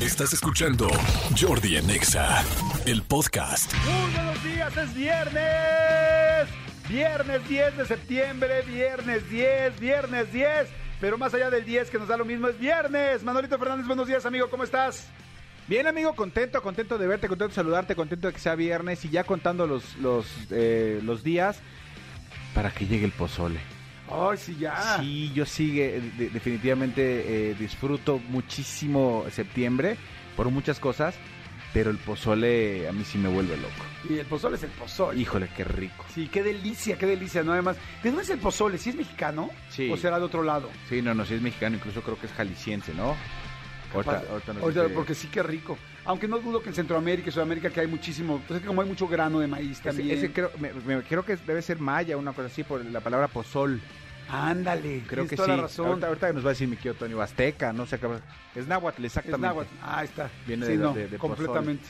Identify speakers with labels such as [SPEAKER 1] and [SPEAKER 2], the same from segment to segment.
[SPEAKER 1] Estás escuchando Jordi en EXA, el podcast.
[SPEAKER 2] Muy buenos días, es viernes. Viernes 10 de septiembre, viernes 10, viernes 10. Pero más allá del 10 que nos da lo mismo, es viernes. Manolito Fernández, buenos días, amigo, ¿cómo estás?
[SPEAKER 3] Bien, amigo, contento, contento de verte, contento de saludarte, contento de que sea viernes y ya contando los, los, eh, los días para que llegue el pozole.
[SPEAKER 2] Ay, sí, ya.
[SPEAKER 3] Sí, yo sigue, de- definitivamente eh, disfruto muchísimo septiembre por muchas cosas, pero el pozole a mí sí me vuelve loco.
[SPEAKER 2] Y el pozole es el pozole.
[SPEAKER 3] Híjole, qué rico.
[SPEAKER 2] Sí, qué delicia, qué delicia, ¿no? Además, ¿de dónde es el pozole? ¿Si es mexicano?
[SPEAKER 3] Sí.
[SPEAKER 2] ¿O será de otro lado?
[SPEAKER 3] Sí, no, no, si es mexicano, incluso creo que es jalisciense, ¿no? Ahorita-
[SPEAKER 2] Capaz-
[SPEAKER 3] ahorita nos
[SPEAKER 2] ahorita,
[SPEAKER 3] dice-
[SPEAKER 2] porque sí, qué rico. Aunque no dudo que en Centroamérica y Sudamérica que hay muchísimo, pues es que como hay mucho grano de maíz también.
[SPEAKER 3] Ese, ese creo, me- me- creo que debe ser maya, una cosa así, por la palabra pozol.
[SPEAKER 2] Ándale,
[SPEAKER 3] Creo
[SPEAKER 2] tienes
[SPEAKER 3] que
[SPEAKER 2] toda
[SPEAKER 3] sí.
[SPEAKER 2] la razón.
[SPEAKER 3] Ahorita, ahorita nos va a decir mi querido Tony Azteca, no sé qué. Es náhuatl,
[SPEAKER 2] Es
[SPEAKER 3] exactamente.
[SPEAKER 2] náhuatl. Ah, está.
[SPEAKER 3] Viene
[SPEAKER 2] Sí,
[SPEAKER 3] de-
[SPEAKER 2] no,
[SPEAKER 3] de- de
[SPEAKER 2] completamente.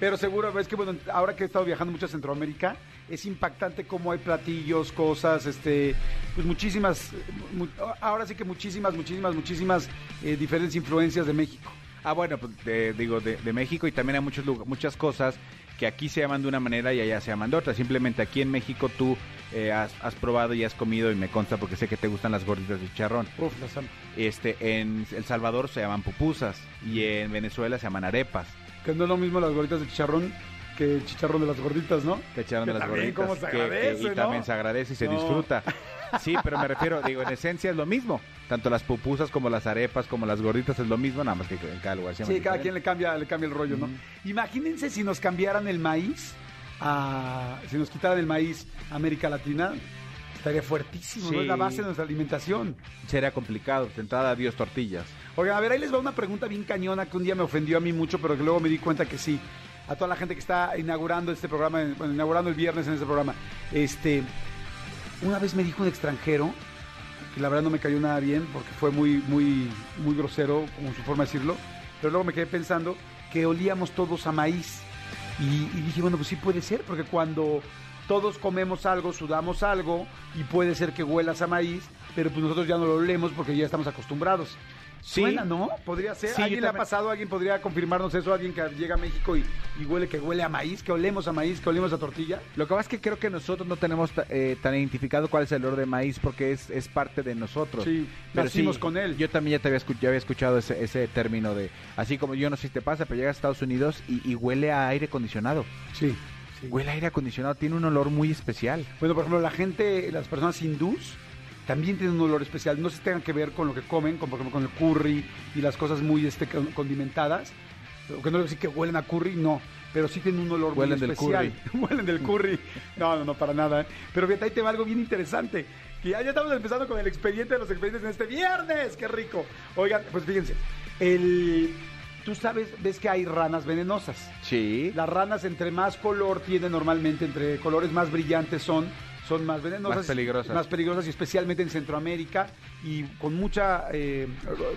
[SPEAKER 2] Pero seguro, es que bueno, ahora que he estado viajando mucho a Centroamérica, es impactante cómo hay platillos, cosas, este, pues muchísimas, eh, mu- ahora sí que muchísimas, muchísimas, muchísimas eh, diferentes influencias de México.
[SPEAKER 3] Ah, bueno, pues de- digo, de, de México y también hay muchos lugar- muchas cosas que aquí se llaman de una manera y allá se llaman de otra. Simplemente aquí en México tú eh, has, has probado y has comido y me consta porque sé que te gustan las gorditas de charrón.
[SPEAKER 2] Uf, las amo.
[SPEAKER 3] Este, en El Salvador se llaman pupusas y en Venezuela se llaman arepas.
[SPEAKER 2] Que no es lo mismo las gorditas de chicharrón que el chicharrón de las gorditas, ¿no?
[SPEAKER 3] Te echaron
[SPEAKER 2] Que
[SPEAKER 3] de las
[SPEAKER 2] también
[SPEAKER 3] gorditas.
[SPEAKER 2] como se
[SPEAKER 3] que- que-
[SPEAKER 2] agradece,
[SPEAKER 3] y
[SPEAKER 2] ¿no?
[SPEAKER 3] también se agradece y se
[SPEAKER 2] No.
[SPEAKER 3] disfruta. Sí, pero me refiero, digo, en esencia es lo mismo. Tanto las pupusas como las arepas, como las gorditas es lo mismo, nada más que en cada lugar. se llaman
[SPEAKER 2] Sí, cada
[SPEAKER 3] diferente.
[SPEAKER 2] quien le cambia, le cambia el rollo, ¿no? Imagínense si nos cambiaran el maíz, a- si nos quitaran el maíz a América Latina, estaría fuertísimo, ¿no?
[SPEAKER 3] Sí.
[SPEAKER 2] Es la base de nuestra alimentación.
[SPEAKER 3] Sería complicado. De entrada, adiós tortillas.
[SPEAKER 2] Oigan, a ver, ahí les va una pregunta bien cañona que un día me ofendió a mí mucho, pero que luego me di cuenta que sí. A toda la gente que está inaugurando este programa, bueno, inaugurando el viernes en este programa. Este, una vez me dijo un extranjero, que la verdad no me cayó nada bien porque fue muy, muy, muy grosero con su forma de decirlo, pero luego me quedé pensando que olíamos todos a maíz. Y, y dije, bueno, pues sí puede ser, porque cuando todos comemos algo, sudamos algo, y puede ser que huelas a maíz, pero pues nosotros ya no lo olemos porque ya estamos acostumbrados.
[SPEAKER 3] Sí.
[SPEAKER 2] Suena, ¿no? Podría ser.
[SPEAKER 3] Sí,
[SPEAKER 2] ¿Alguien
[SPEAKER 3] yo
[SPEAKER 2] le ha
[SPEAKER 3] también-
[SPEAKER 2] pasado? ¿Alguien podría confirmarnos eso? ¿Alguien que llega a México y, y huele que huele a maíz, que olemos a maíz, que olemos a tortilla?
[SPEAKER 3] Lo que pasa es que creo que nosotros no tenemos ta- eh, tan identificado cuál es el olor de maíz porque es, es parte de nosotros.
[SPEAKER 2] Sí, nacimos con él.
[SPEAKER 3] Yo también ya te había, escu- ya había escuchado ese, ese término de, así como yo no sé si te pasa, pero llegas a Estados Unidos y, y huele a aire acondicionado.
[SPEAKER 2] Sí.
[SPEAKER 3] Huele a aire acondicionado, tiene un olor muy especial.
[SPEAKER 2] Bueno, por ejemplo, la gente, las personas hindús también tienen un olor especial. No se tengan que ver con lo que comen, con, por ejemplo, con el curry y las cosas muy este, con- condimentadas. O que no les decir que huelen a curry, no. Pero sí tienen un olor
[SPEAKER 3] Huelen
[SPEAKER 2] muy
[SPEAKER 3] del
[SPEAKER 2] especial. huelen del curry. No, no, no, para nada. ¿eh? Pero fíjate, ahí te va algo bien interesante. Que ya, ya estamos empezando con el expediente de los expedientes en este viernes. ¡Qué rico! Oigan, pues fíjense. El, Tú sabes, ves que hay ranas venenosas.
[SPEAKER 3] Sí.
[SPEAKER 2] Las ranas entre más color tienen normalmente, entre colores más brillantes son, son más venenosas.
[SPEAKER 3] Más peligrosas.
[SPEAKER 2] Más peligrosas y especialmente en Centroamérica y con mucha, eh,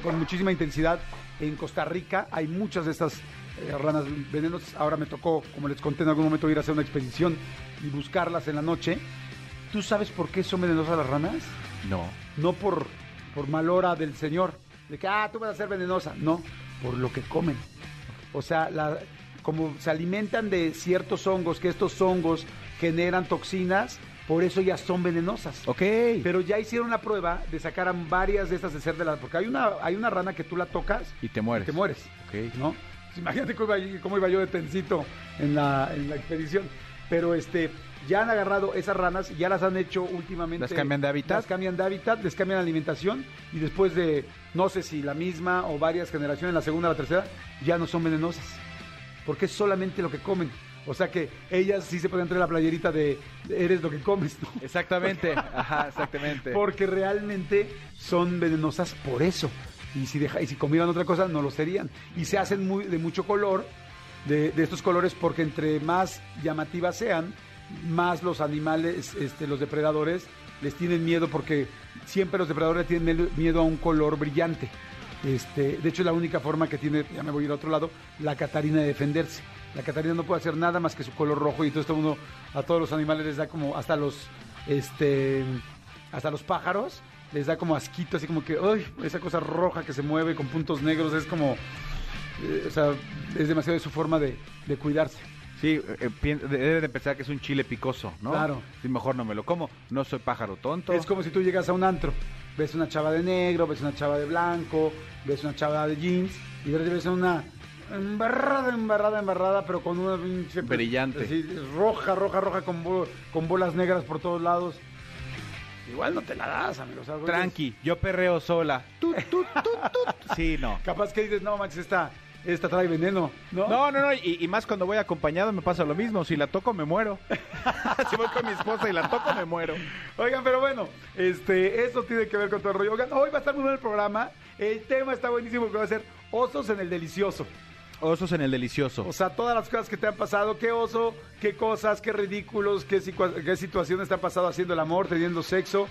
[SPEAKER 2] con muchísima intensidad en Costa Rica hay muchas de estas eh, ranas venenosas. Ahora me tocó, como les conté en algún momento, ir a hacer una expedición y buscarlas en la noche. ¿Tú sabes por qué son venenosas las ranas?
[SPEAKER 3] No.
[SPEAKER 2] No por, por mal hora del señor, de que, ah, tú vas a ser venenosa. No, por lo que comen. O sea, la- como se alimentan de ciertos hongos, que estos hongos generan toxinas, por eso ya son venenosas.
[SPEAKER 3] Ok.
[SPEAKER 2] Pero ya hicieron la prueba de sacar a varias de estas de ser de las... Porque hay una, hay una rana que tú la tocas
[SPEAKER 3] y te mueres.
[SPEAKER 2] te mueres.
[SPEAKER 3] Ok.
[SPEAKER 2] ¿No? Pues imagínate cómo iba, cómo iba yo de tensito en la, en la expedición. Pero este, ya han agarrado esas ranas, ya las han hecho últimamente.
[SPEAKER 3] ¿Las cambian de hábitat?
[SPEAKER 2] Las cambian de hábitat, les cambian alimentación y después de, no sé si la misma o varias generaciones, la segunda o la tercera, ya no son venenosas. Porque es solamente lo que comen. O sea que ellas sí se pueden traer la playerita de eres lo que comes, ¿no?
[SPEAKER 3] Exactamente. Ajá, exactamente.
[SPEAKER 2] Porque realmente son venenosas por eso. Y si, deja, y si comieran otra cosa, no lo serían. Y se hacen muy, de mucho color, de, de estos colores, porque entre más llamativas sean, más los animales, este, los depredadores, les tienen miedo, porque siempre los depredadores tienen mel- miedo a un color brillante. Este, de hecho, es la única forma que tiene, ya me voy a ir a otro lado, la Catarina de defenderse. La Catarina no puede hacer nada más que su color rojo, y entonces todo uno, a todos los animales les da como hasta los. Este, hasta los pájaros les da como asquito, así como que, uy, esa cosa roja que se mueve con puntos negros es como, eh, o sea, es demasiado de su forma de, de cuidarse.
[SPEAKER 3] Sí, eh, pien- de- debe de pensar que es un chile picoso, ¿no?
[SPEAKER 2] Claro.
[SPEAKER 3] Sí, mejor no me lo como. No soy pájaro tonto.
[SPEAKER 2] Es como si tú llegas a un antro, ves una chava de negro, ves una chava de blanco, ves una chava de jeans y de repente ves a una embarrada, embarrada, embarrada, pero con una pinche-
[SPEAKER 3] Brillante.
[SPEAKER 2] así, roja, roja, roja con, bo- con bolas negras por todos lados. Igual no te la das, amigo. o sea, güey,
[SPEAKER 3] Tranqui, yo perreo sola.
[SPEAKER 2] tú, tú, tú, tú.
[SPEAKER 3] Sí, no.
[SPEAKER 2] Capaz que dices, no manches, esta, esta trae veneno, ¿no?
[SPEAKER 3] No, no, no, y, y más cuando voy acompañado me pasa lo mismo, si la toco me muero. si voy con mi esposa y la toco me muero.
[SPEAKER 2] Oigan, pero bueno, este, eso tiene que ver con todo el rollo. Oigan, hoy va a estar muy bueno el programa. El tema está buenísimo que va a ser osos en el delicioso.
[SPEAKER 3] Osos en el delicioso.
[SPEAKER 2] O sea, todas las cosas que te han pasado, qué oso, qué cosas, qué ridículos, qué, situa- qué situaciones te han pasado haciendo el amor, teniendo sexo,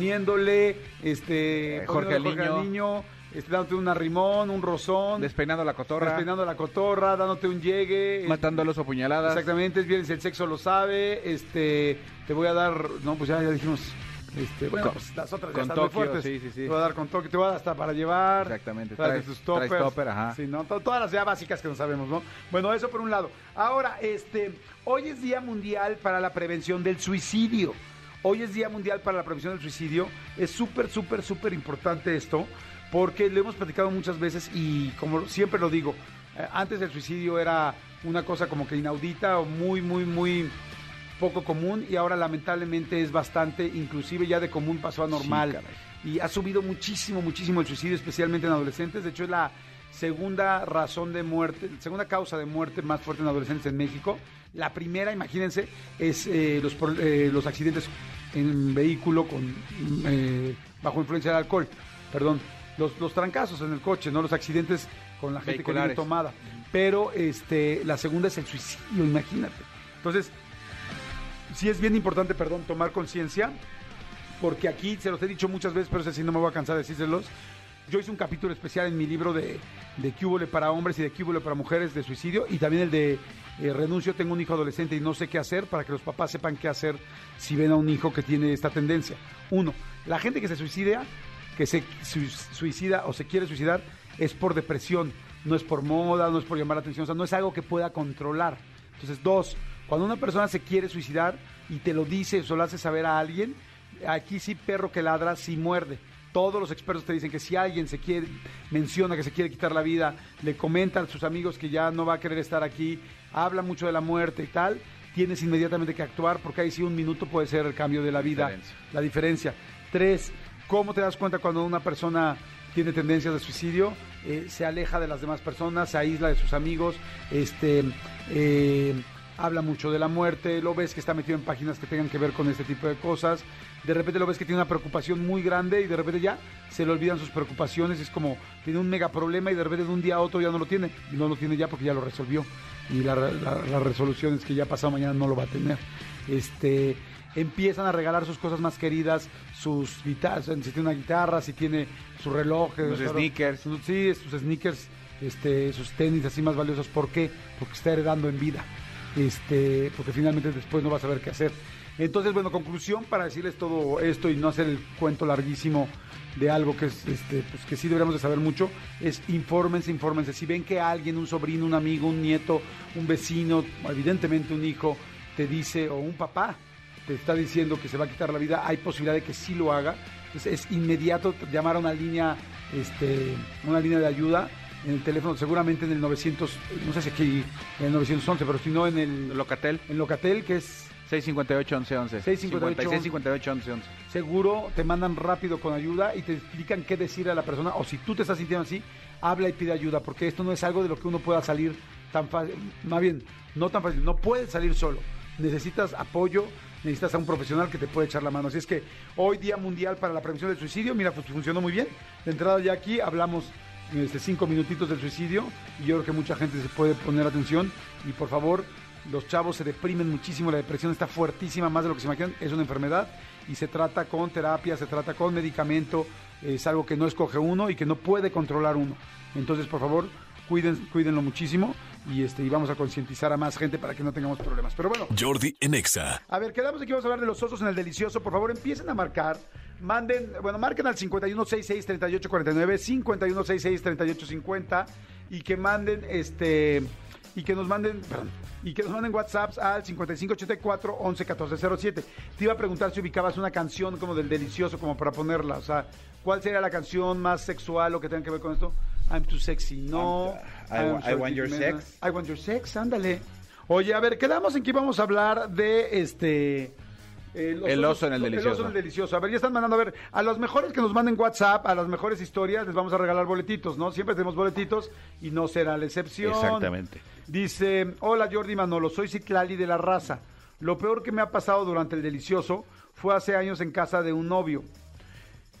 [SPEAKER 2] poniéndole, este,
[SPEAKER 3] Eh, Jorge
[SPEAKER 2] poniéndole
[SPEAKER 3] Aliño.
[SPEAKER 2] Aliño, este, dándote un arrimón, un rozón,
[SPEAKER 3] Despeinando la cotorra,
[SPEAKER 2] despeinando la cotorra, dándote un llegue. este,
[SPEAKER 3] matando a los apuñaladas.
[SPEAKER 2] Exactamente, es bien, si el sexo lo sabe, este, te voy a dar, no, pues ya, ya dijimos, este, bueno,
[SPEAKER 3] Con-
[SPEAKER 2] pues las otras ya
[SPEAKER 3] con
[SPEAKER 2] están
[SPEAKER 3] Tokio,
[SPEAKER 2] muy fuertes.
[SPEAKER 3] sí, sí, sí.
[SPEAKER 2] Te voy a dar con Tokio, te voy a dar hasta para llevar.
[SPEAKER 3] Exactamente,
[SPEAKER 2] traes
[SPEAKER 3] traes-
[SPEAKER 2] tus toppers.
[SPEAKER 3] traes topper, ajá.
[SPEAKER 2] Sí, ¿no? To- Todas las ya básicas que no sabemos, ¿no? Bueno, eso por un lado. Ahora, este, hoy es Día Mundial para la Prevención del Suicidio. Hoy es Día Mundial para la Prevención del Suicidio. Es súper, súper, súper importante esto, porque lo hemos platicado muchas veces y como siempre lo digo, eh, antes el suicidio era una cosa como que inaudita o muy, muy, muy poco común y ahora lamentablemente es bastante, inclusive ya de común pasó a normal
[SPEAKER 3] Sí, caray.
[SPEAKER 2] y ha subido muchísimo, muchísimo el suicidio, especialmente en adolescentes. De hecho, es la segunda razón de muerte, segunda causa de muerte más fuerte en adolescentes en México. La primera, imagínense, es eh, los, pro- eh, los accidentes en vehículo con eh, bajo influencia del alcohol. Perdón, los, los trancazos en el coche, no los accidentes con la gente que viene
[SPEAKER 3] Vehiculares.
[SPEAKER 2] tomada. Pero este, la segunda es el suicidio, imagínate. Entonces, sí es bien importante, perdón, tomar conciencia, porque aquí se los he dicho muchas veces, pero sé si no me voy a cansar de decírselos. Yo hice un capítulo especial en mi libro de, de Cúbole para hombres y de Cúbole para mujeres de suicidio y también el de eh, Renuncio, tengo un hijo adolescente y no sé qué hacer para que los papás sepan qué hacer si ven a un hijo que tiene esta tendencia. Uno, la gente que se suicida, que se su- suicida o se quiere suicidar es por depresión, no es por moda, no es por llamar la atención, o sea, no es algo que pueda controlar. Entonces, dos, cuando una persona se quiere suicidar y te lo dice o lo hace saber a alguien, aquí sí perro que ladra, sí muerde. Todos los expertos te dicen que si alguien se quiere, menciona que se quiere quitar la vida, le comentan a sus amigos que ya no va a querer estar aquí, habla mucho de la muerte y tal, tienes inmediatamente que actuar porque ahí sí un minuto puede ser el cambio de la vida,
[SPEAKER 3] Diferencia.
[SPEAKER 2] la diferencia. Tres, ¿cómo te das cuenta cuando una persona tiene tendencias de suicidio? Eh, se aleja de las demás personas, se aísla de sus amigos, este, eh, habla mucho de la muerte, lo ves que está metido en páginas que tengan que ver con este tipo de cosas, de repente lo ves que tiene una preocupación muy grande y de repente ya se le olvidan sus preocupaciones, es como tiene un mega problema y de repente de un día a otro ya no lo tiene, y no lo tiene ya porque ya lo resolvió y la, la- la resolución es que ya pasado mañana no lo va a tener. Este, empiezan a regalar sus cosas más queridas, sus guitarras, si tiene una guitarra, si tiene su reloj,
[SPEAKER 3] Sus
[SPEAKER 2] claro,
[SPEAKER 3] sneakers.
[SPEAKER 2] sus- sí, sus sneakers, este, sus tenis así más valiosos, ¿por qué? Porque está heredando en vida. Este, porque finalmente después no va a saber qué hacer. Entonces, bueno, conclusión para decirles todo esto y no hacer el cuento larguísimo de algo que es, este, pues que sí deberíamos de saber mucho, es infórmense, infórmense. Si ven que alguien, un sobrino, un amigo, un nieto, un vecino, evidentemente un hijo, te dice, o un papá, te está diciendo que se va a quitar la vida, hay posibilidad de que sí lo haga. Entonces es inmediato llamar a una línea, este, una línea de ayuda en el teléfono, seguramente en el 900, no sé si aquí en el 911, pero si no en el
[SPEAKER 3] Locatel,
[SPEAKER 2] en Locatel, que es
[SPEAKER 3] 658 1111.
[SPEAKER 2] 658.
[SPEAKER 3] 5658 1111.
[SPEAKER 2] seguro, te mandan rápido con ayuda y te explican qué decir a la persona o si tú te estás sintiendo así, habla y pide ayuda, porque esto no es algo de lo que uno pueda salir tan fácil, más bien, no tan fácil, no puedes salir solo, necesitas apoyo, necesitas a un profesional que te puede echar la mano, así es que hoy Día Mundial para la Prevención del Suicidio, mira, pues funcionó muy bien, de entrada ya aquí hablamos este, cinco minutitos del suicidio y yo creo que mucha gente se puede poner atención y por favor los chavos se deprimen muchísimo, la depresión está fuertísima, más de lo que se imaginan, es una enfermedad y se trata con terapia, se trata con medicamento, es algo que no escoge uno y que no puede controlar uno. Entonces, por favor, cuiden, cuídenlo muchísimo y, este, y vamos a concientizar a más gente para que no tengamos problemas. Pero bueno,
[SPEAKER 1] Jordi en Exa.
[SPEAKER 2] a ver, quedamos aquí, vamos a hablar de los osos en el delicioso. Por favor, empiecen a marcar. Manden, bueno, marquen al 5166-3849, 5166-3850. y que manden este y que nos manden, perdón, y que nos manden WhatsApps al 5584 11 14 07. Te iba a preguntar si ubicabas una canción como del delicioso como para ponerla, o sea, ¿cuál sería la canción más sexual o que tenga que ver con esto? I'm too sexy, no.
[SPEAKER 3] I wa-
[SPEAKER 2] I'm
[SPEAKER 3] I want your
[SPEAKER 2] Jimena.
[SPEAKER 3] sex.
[SPEAKER 2] I want your sex, ándale. Oye, a ver, quedamos en que íbamos a hablar de este
[SPEAKER 3] El oso en el
[SPEAKER 2] El oso
[SPEAKER 3] delicioso.
[SPEAKER 2] en el delicioso. A ver, ya están mandando, a ver, a los mejores que nos manden WhatsApp, a las mejores historias, les vamos a regalar boletitos, ¿no? Siempre tenemos boletitos y no será la excepción.
[SPEAKER 3] Exactamente.
[SPEAKER 2] Dice, hola Jordi Manolo, soy Citlali de la raza. Lo peor que me ha pasado durante el delicioso fue hace años en casa de un novio.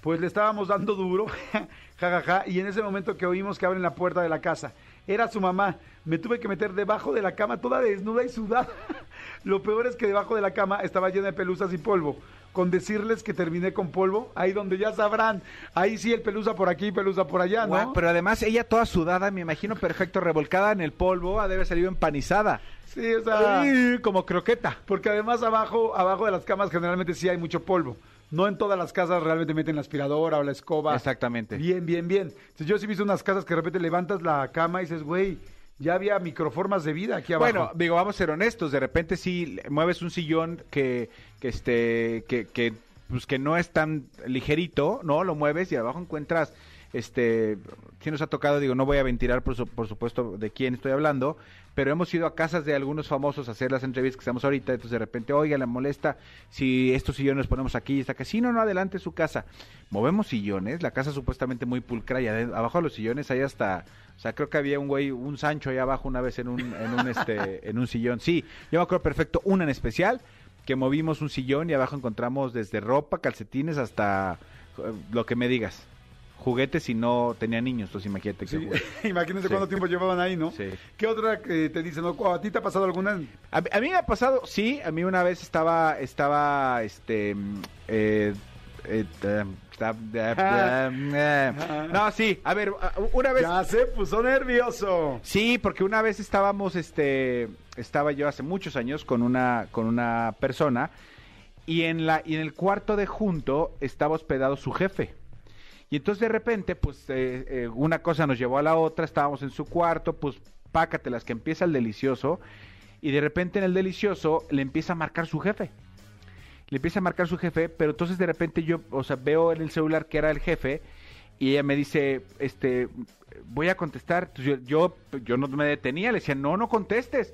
[SPEAKER 2] Pues le estábamos dando duro, jajaja, y en ese momento que oímos que abren la puerta de la casa, era su mamá. Me tuve que meter debajo de la cama, toda desnuda y sudada. Lo peor es que debajo de la cama estaba llena de pelusas y polvo. Con decirles que terminé con polvo, ahí donde ya sabrán. Ahí sí el pelusa por aquí, pelusa por allá, ¿no?
[SPEAKER 3] Guau, pero además ella toda sudada, me imagino perfecto, revolcada en el polvo, ha debe salir empanizada.
[SPEAKER 2] Sí, o sea,
[SPEAKER 3] Ay, como croqueta.
[SPEAKER 2] Porque además abajo, abajo de las camas generalmente sí hay mucho polvo. No en todas las casas realmente meten la aspiradora o la escoba.
[SPEAKER 3] Exactamente.
[SPEAKER 2] Bien, bien, bien. Entonces, yo sí he visto unas casas que de repente levantas la cama y dices, güey, ya había microformas de vida aquí abajo.
[SPEAKER 3] Bueno, digo, vamos a ser honestos, de repente si le- mueves un sillón que, que este, que, que, pues que no es tan ligerito, ¿no? Lo mueves y abajo encuentras, este, si nos ha tocado, digo, no voy a ventilar por, su- por supuesto de quién estoy hablando, pero hemos ido a casas de algunos famosos a hacer las entrevistas que estamos ahorita, entonces de repente, oiga, le molesta si estos sillones los ponemos aquí y está que sí, no, no, adelante es su casa. Movemos sillones, la casa supuestamente muy pulcra y aden- abajo de los sillones hay hasta, o sea, creo que había un güey, un Sancho ahí abajo una vez en un, en un, este, en un sillón. Sí, yo me acuerdo perfecto, una en especial, que movimos un sillón y abajo encontramos desde ropa, calcetines hasta eh, lo que me digas. Juguetes y no tenía niños, entonces imagínate que
[SPEAKER 2] Sí. Imagínense
[SPEAKER 3] Sí.
[SPEAKER 2] cuánto tiempo llevaban ahí, ¿no?
[SPEAKER 3] Sí.
[SPEAKER 2] ¿Qué otra eh, te dicen? ¿no? ¿A ti te ha pasado alguna?
[SPEAKER 3] A, mí- a mí me ha pasado, sí, a mí una vez estaba, estaba, este, mm, eh, eh, eh, está- eh, eh, no, sí, a ver, a- una vez,
[SPEAKER 2] Ya se puso nervioso.
[SPEAKER 3] sí, porque una vez estábamos, este, estaba yo hace muchos años con una, con una persona y en la, y en el cuarto de junto estaba hospedado su jefe. Y entonces de repente, pues eh, eh, una cosa nos llevó a la otra, estábamos en su cuarto, pues pácatelas, que empieza el delicioso. Y de repente en el delicioso le empieza a marcar su jefe. Le empieza a marcar su jefe, pero entonces de repente yo, o sea, veo en el celular que era el jefe y ella me dice, este, voy a contestar. Entonces, yo, yo, yo no me detenía, le decía, no, no contestes.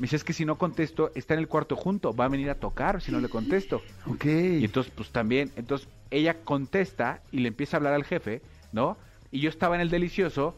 [SPEAKER 3] Me dice, es que si no contesto, está en el cuarto junto, va a venir a tocar si no le contesto.
[SPEAKER 2] Ok.
[SPEAKER 3] Y entonces, pues también, entonces ella contesta y le empieza a hablar al jefe, ¿no? Y yo estaba en el delicioso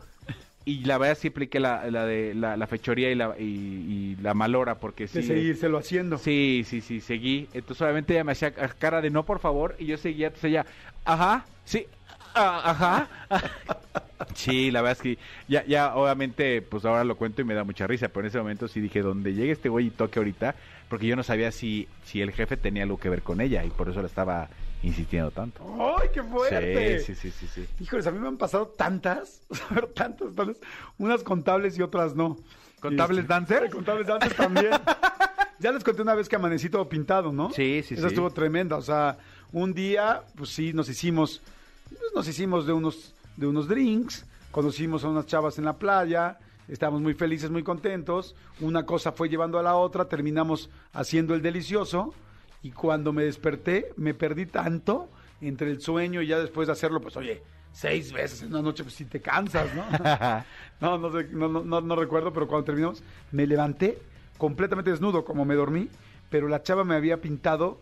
[SPEAKER 3] y la verdad sí apliqué la, la de la, la fechoría y la, y, y la malora porque sí.
[SPEAKER 2] De seguírselo haciendo.
[SPEAKER 3] Sí, sí, sí, seguí. Entonces obviamente ella me hacía ca- cara de no, por favor, y yo seguía, entonces ella, ajá, sí, a- ajá. Sí, la verdad es que ya, ya obviamente, pues ahora lo cuento y me da mucha risa, pero en ese momento sí dije, donde llegue este güey y toque ahorita, porque yo no sabía si, si el jefe tenía algo que ver con ella y por eso la estaba insistiendo tanto.
[SPEAKER 2] ¡Ay, qué fuerte!
[SPEAKER 3] Sí, sí, sí, sí, sí.
[SPEAKER 2] Híjoles, a mí me han pasado tantas, pero tantas, tantas, unas contables y otras no.
[SPEAKER 3] ¿Contables
[SPEAKER 2] Este,
[SPEAKER 3] dancer?
[SPEAKER 2] Contables dancer también. ya les conté una vez que amanecí todo pintado, ¿no?
[SPEAKER 3] Sí, sí,
[SPEAKER 2] Esa
[SPEAKER 3] sí.
[SPEAKER 2] estuvo tremenda, o sea, un día, pues sí, nos hicimos, pues, nos hicimos de unos, de unos drinks, conocimos a unas chavas en la playa, estábamos muy felices, muy contentos, una cosa fue llevando a la otra, terminamos haciendo el delicioso, y cuando me desperté, me perdí tanto entre el sueño y ya después de hacerlo, pues oye, seis veces en una noche, pues sí te cansas, ¿no? no, no, sé, no, no, no, no recuerdo, pero cuando terminamos, me levanté completamente desnudo, como me dormí, pero la chava me había pintado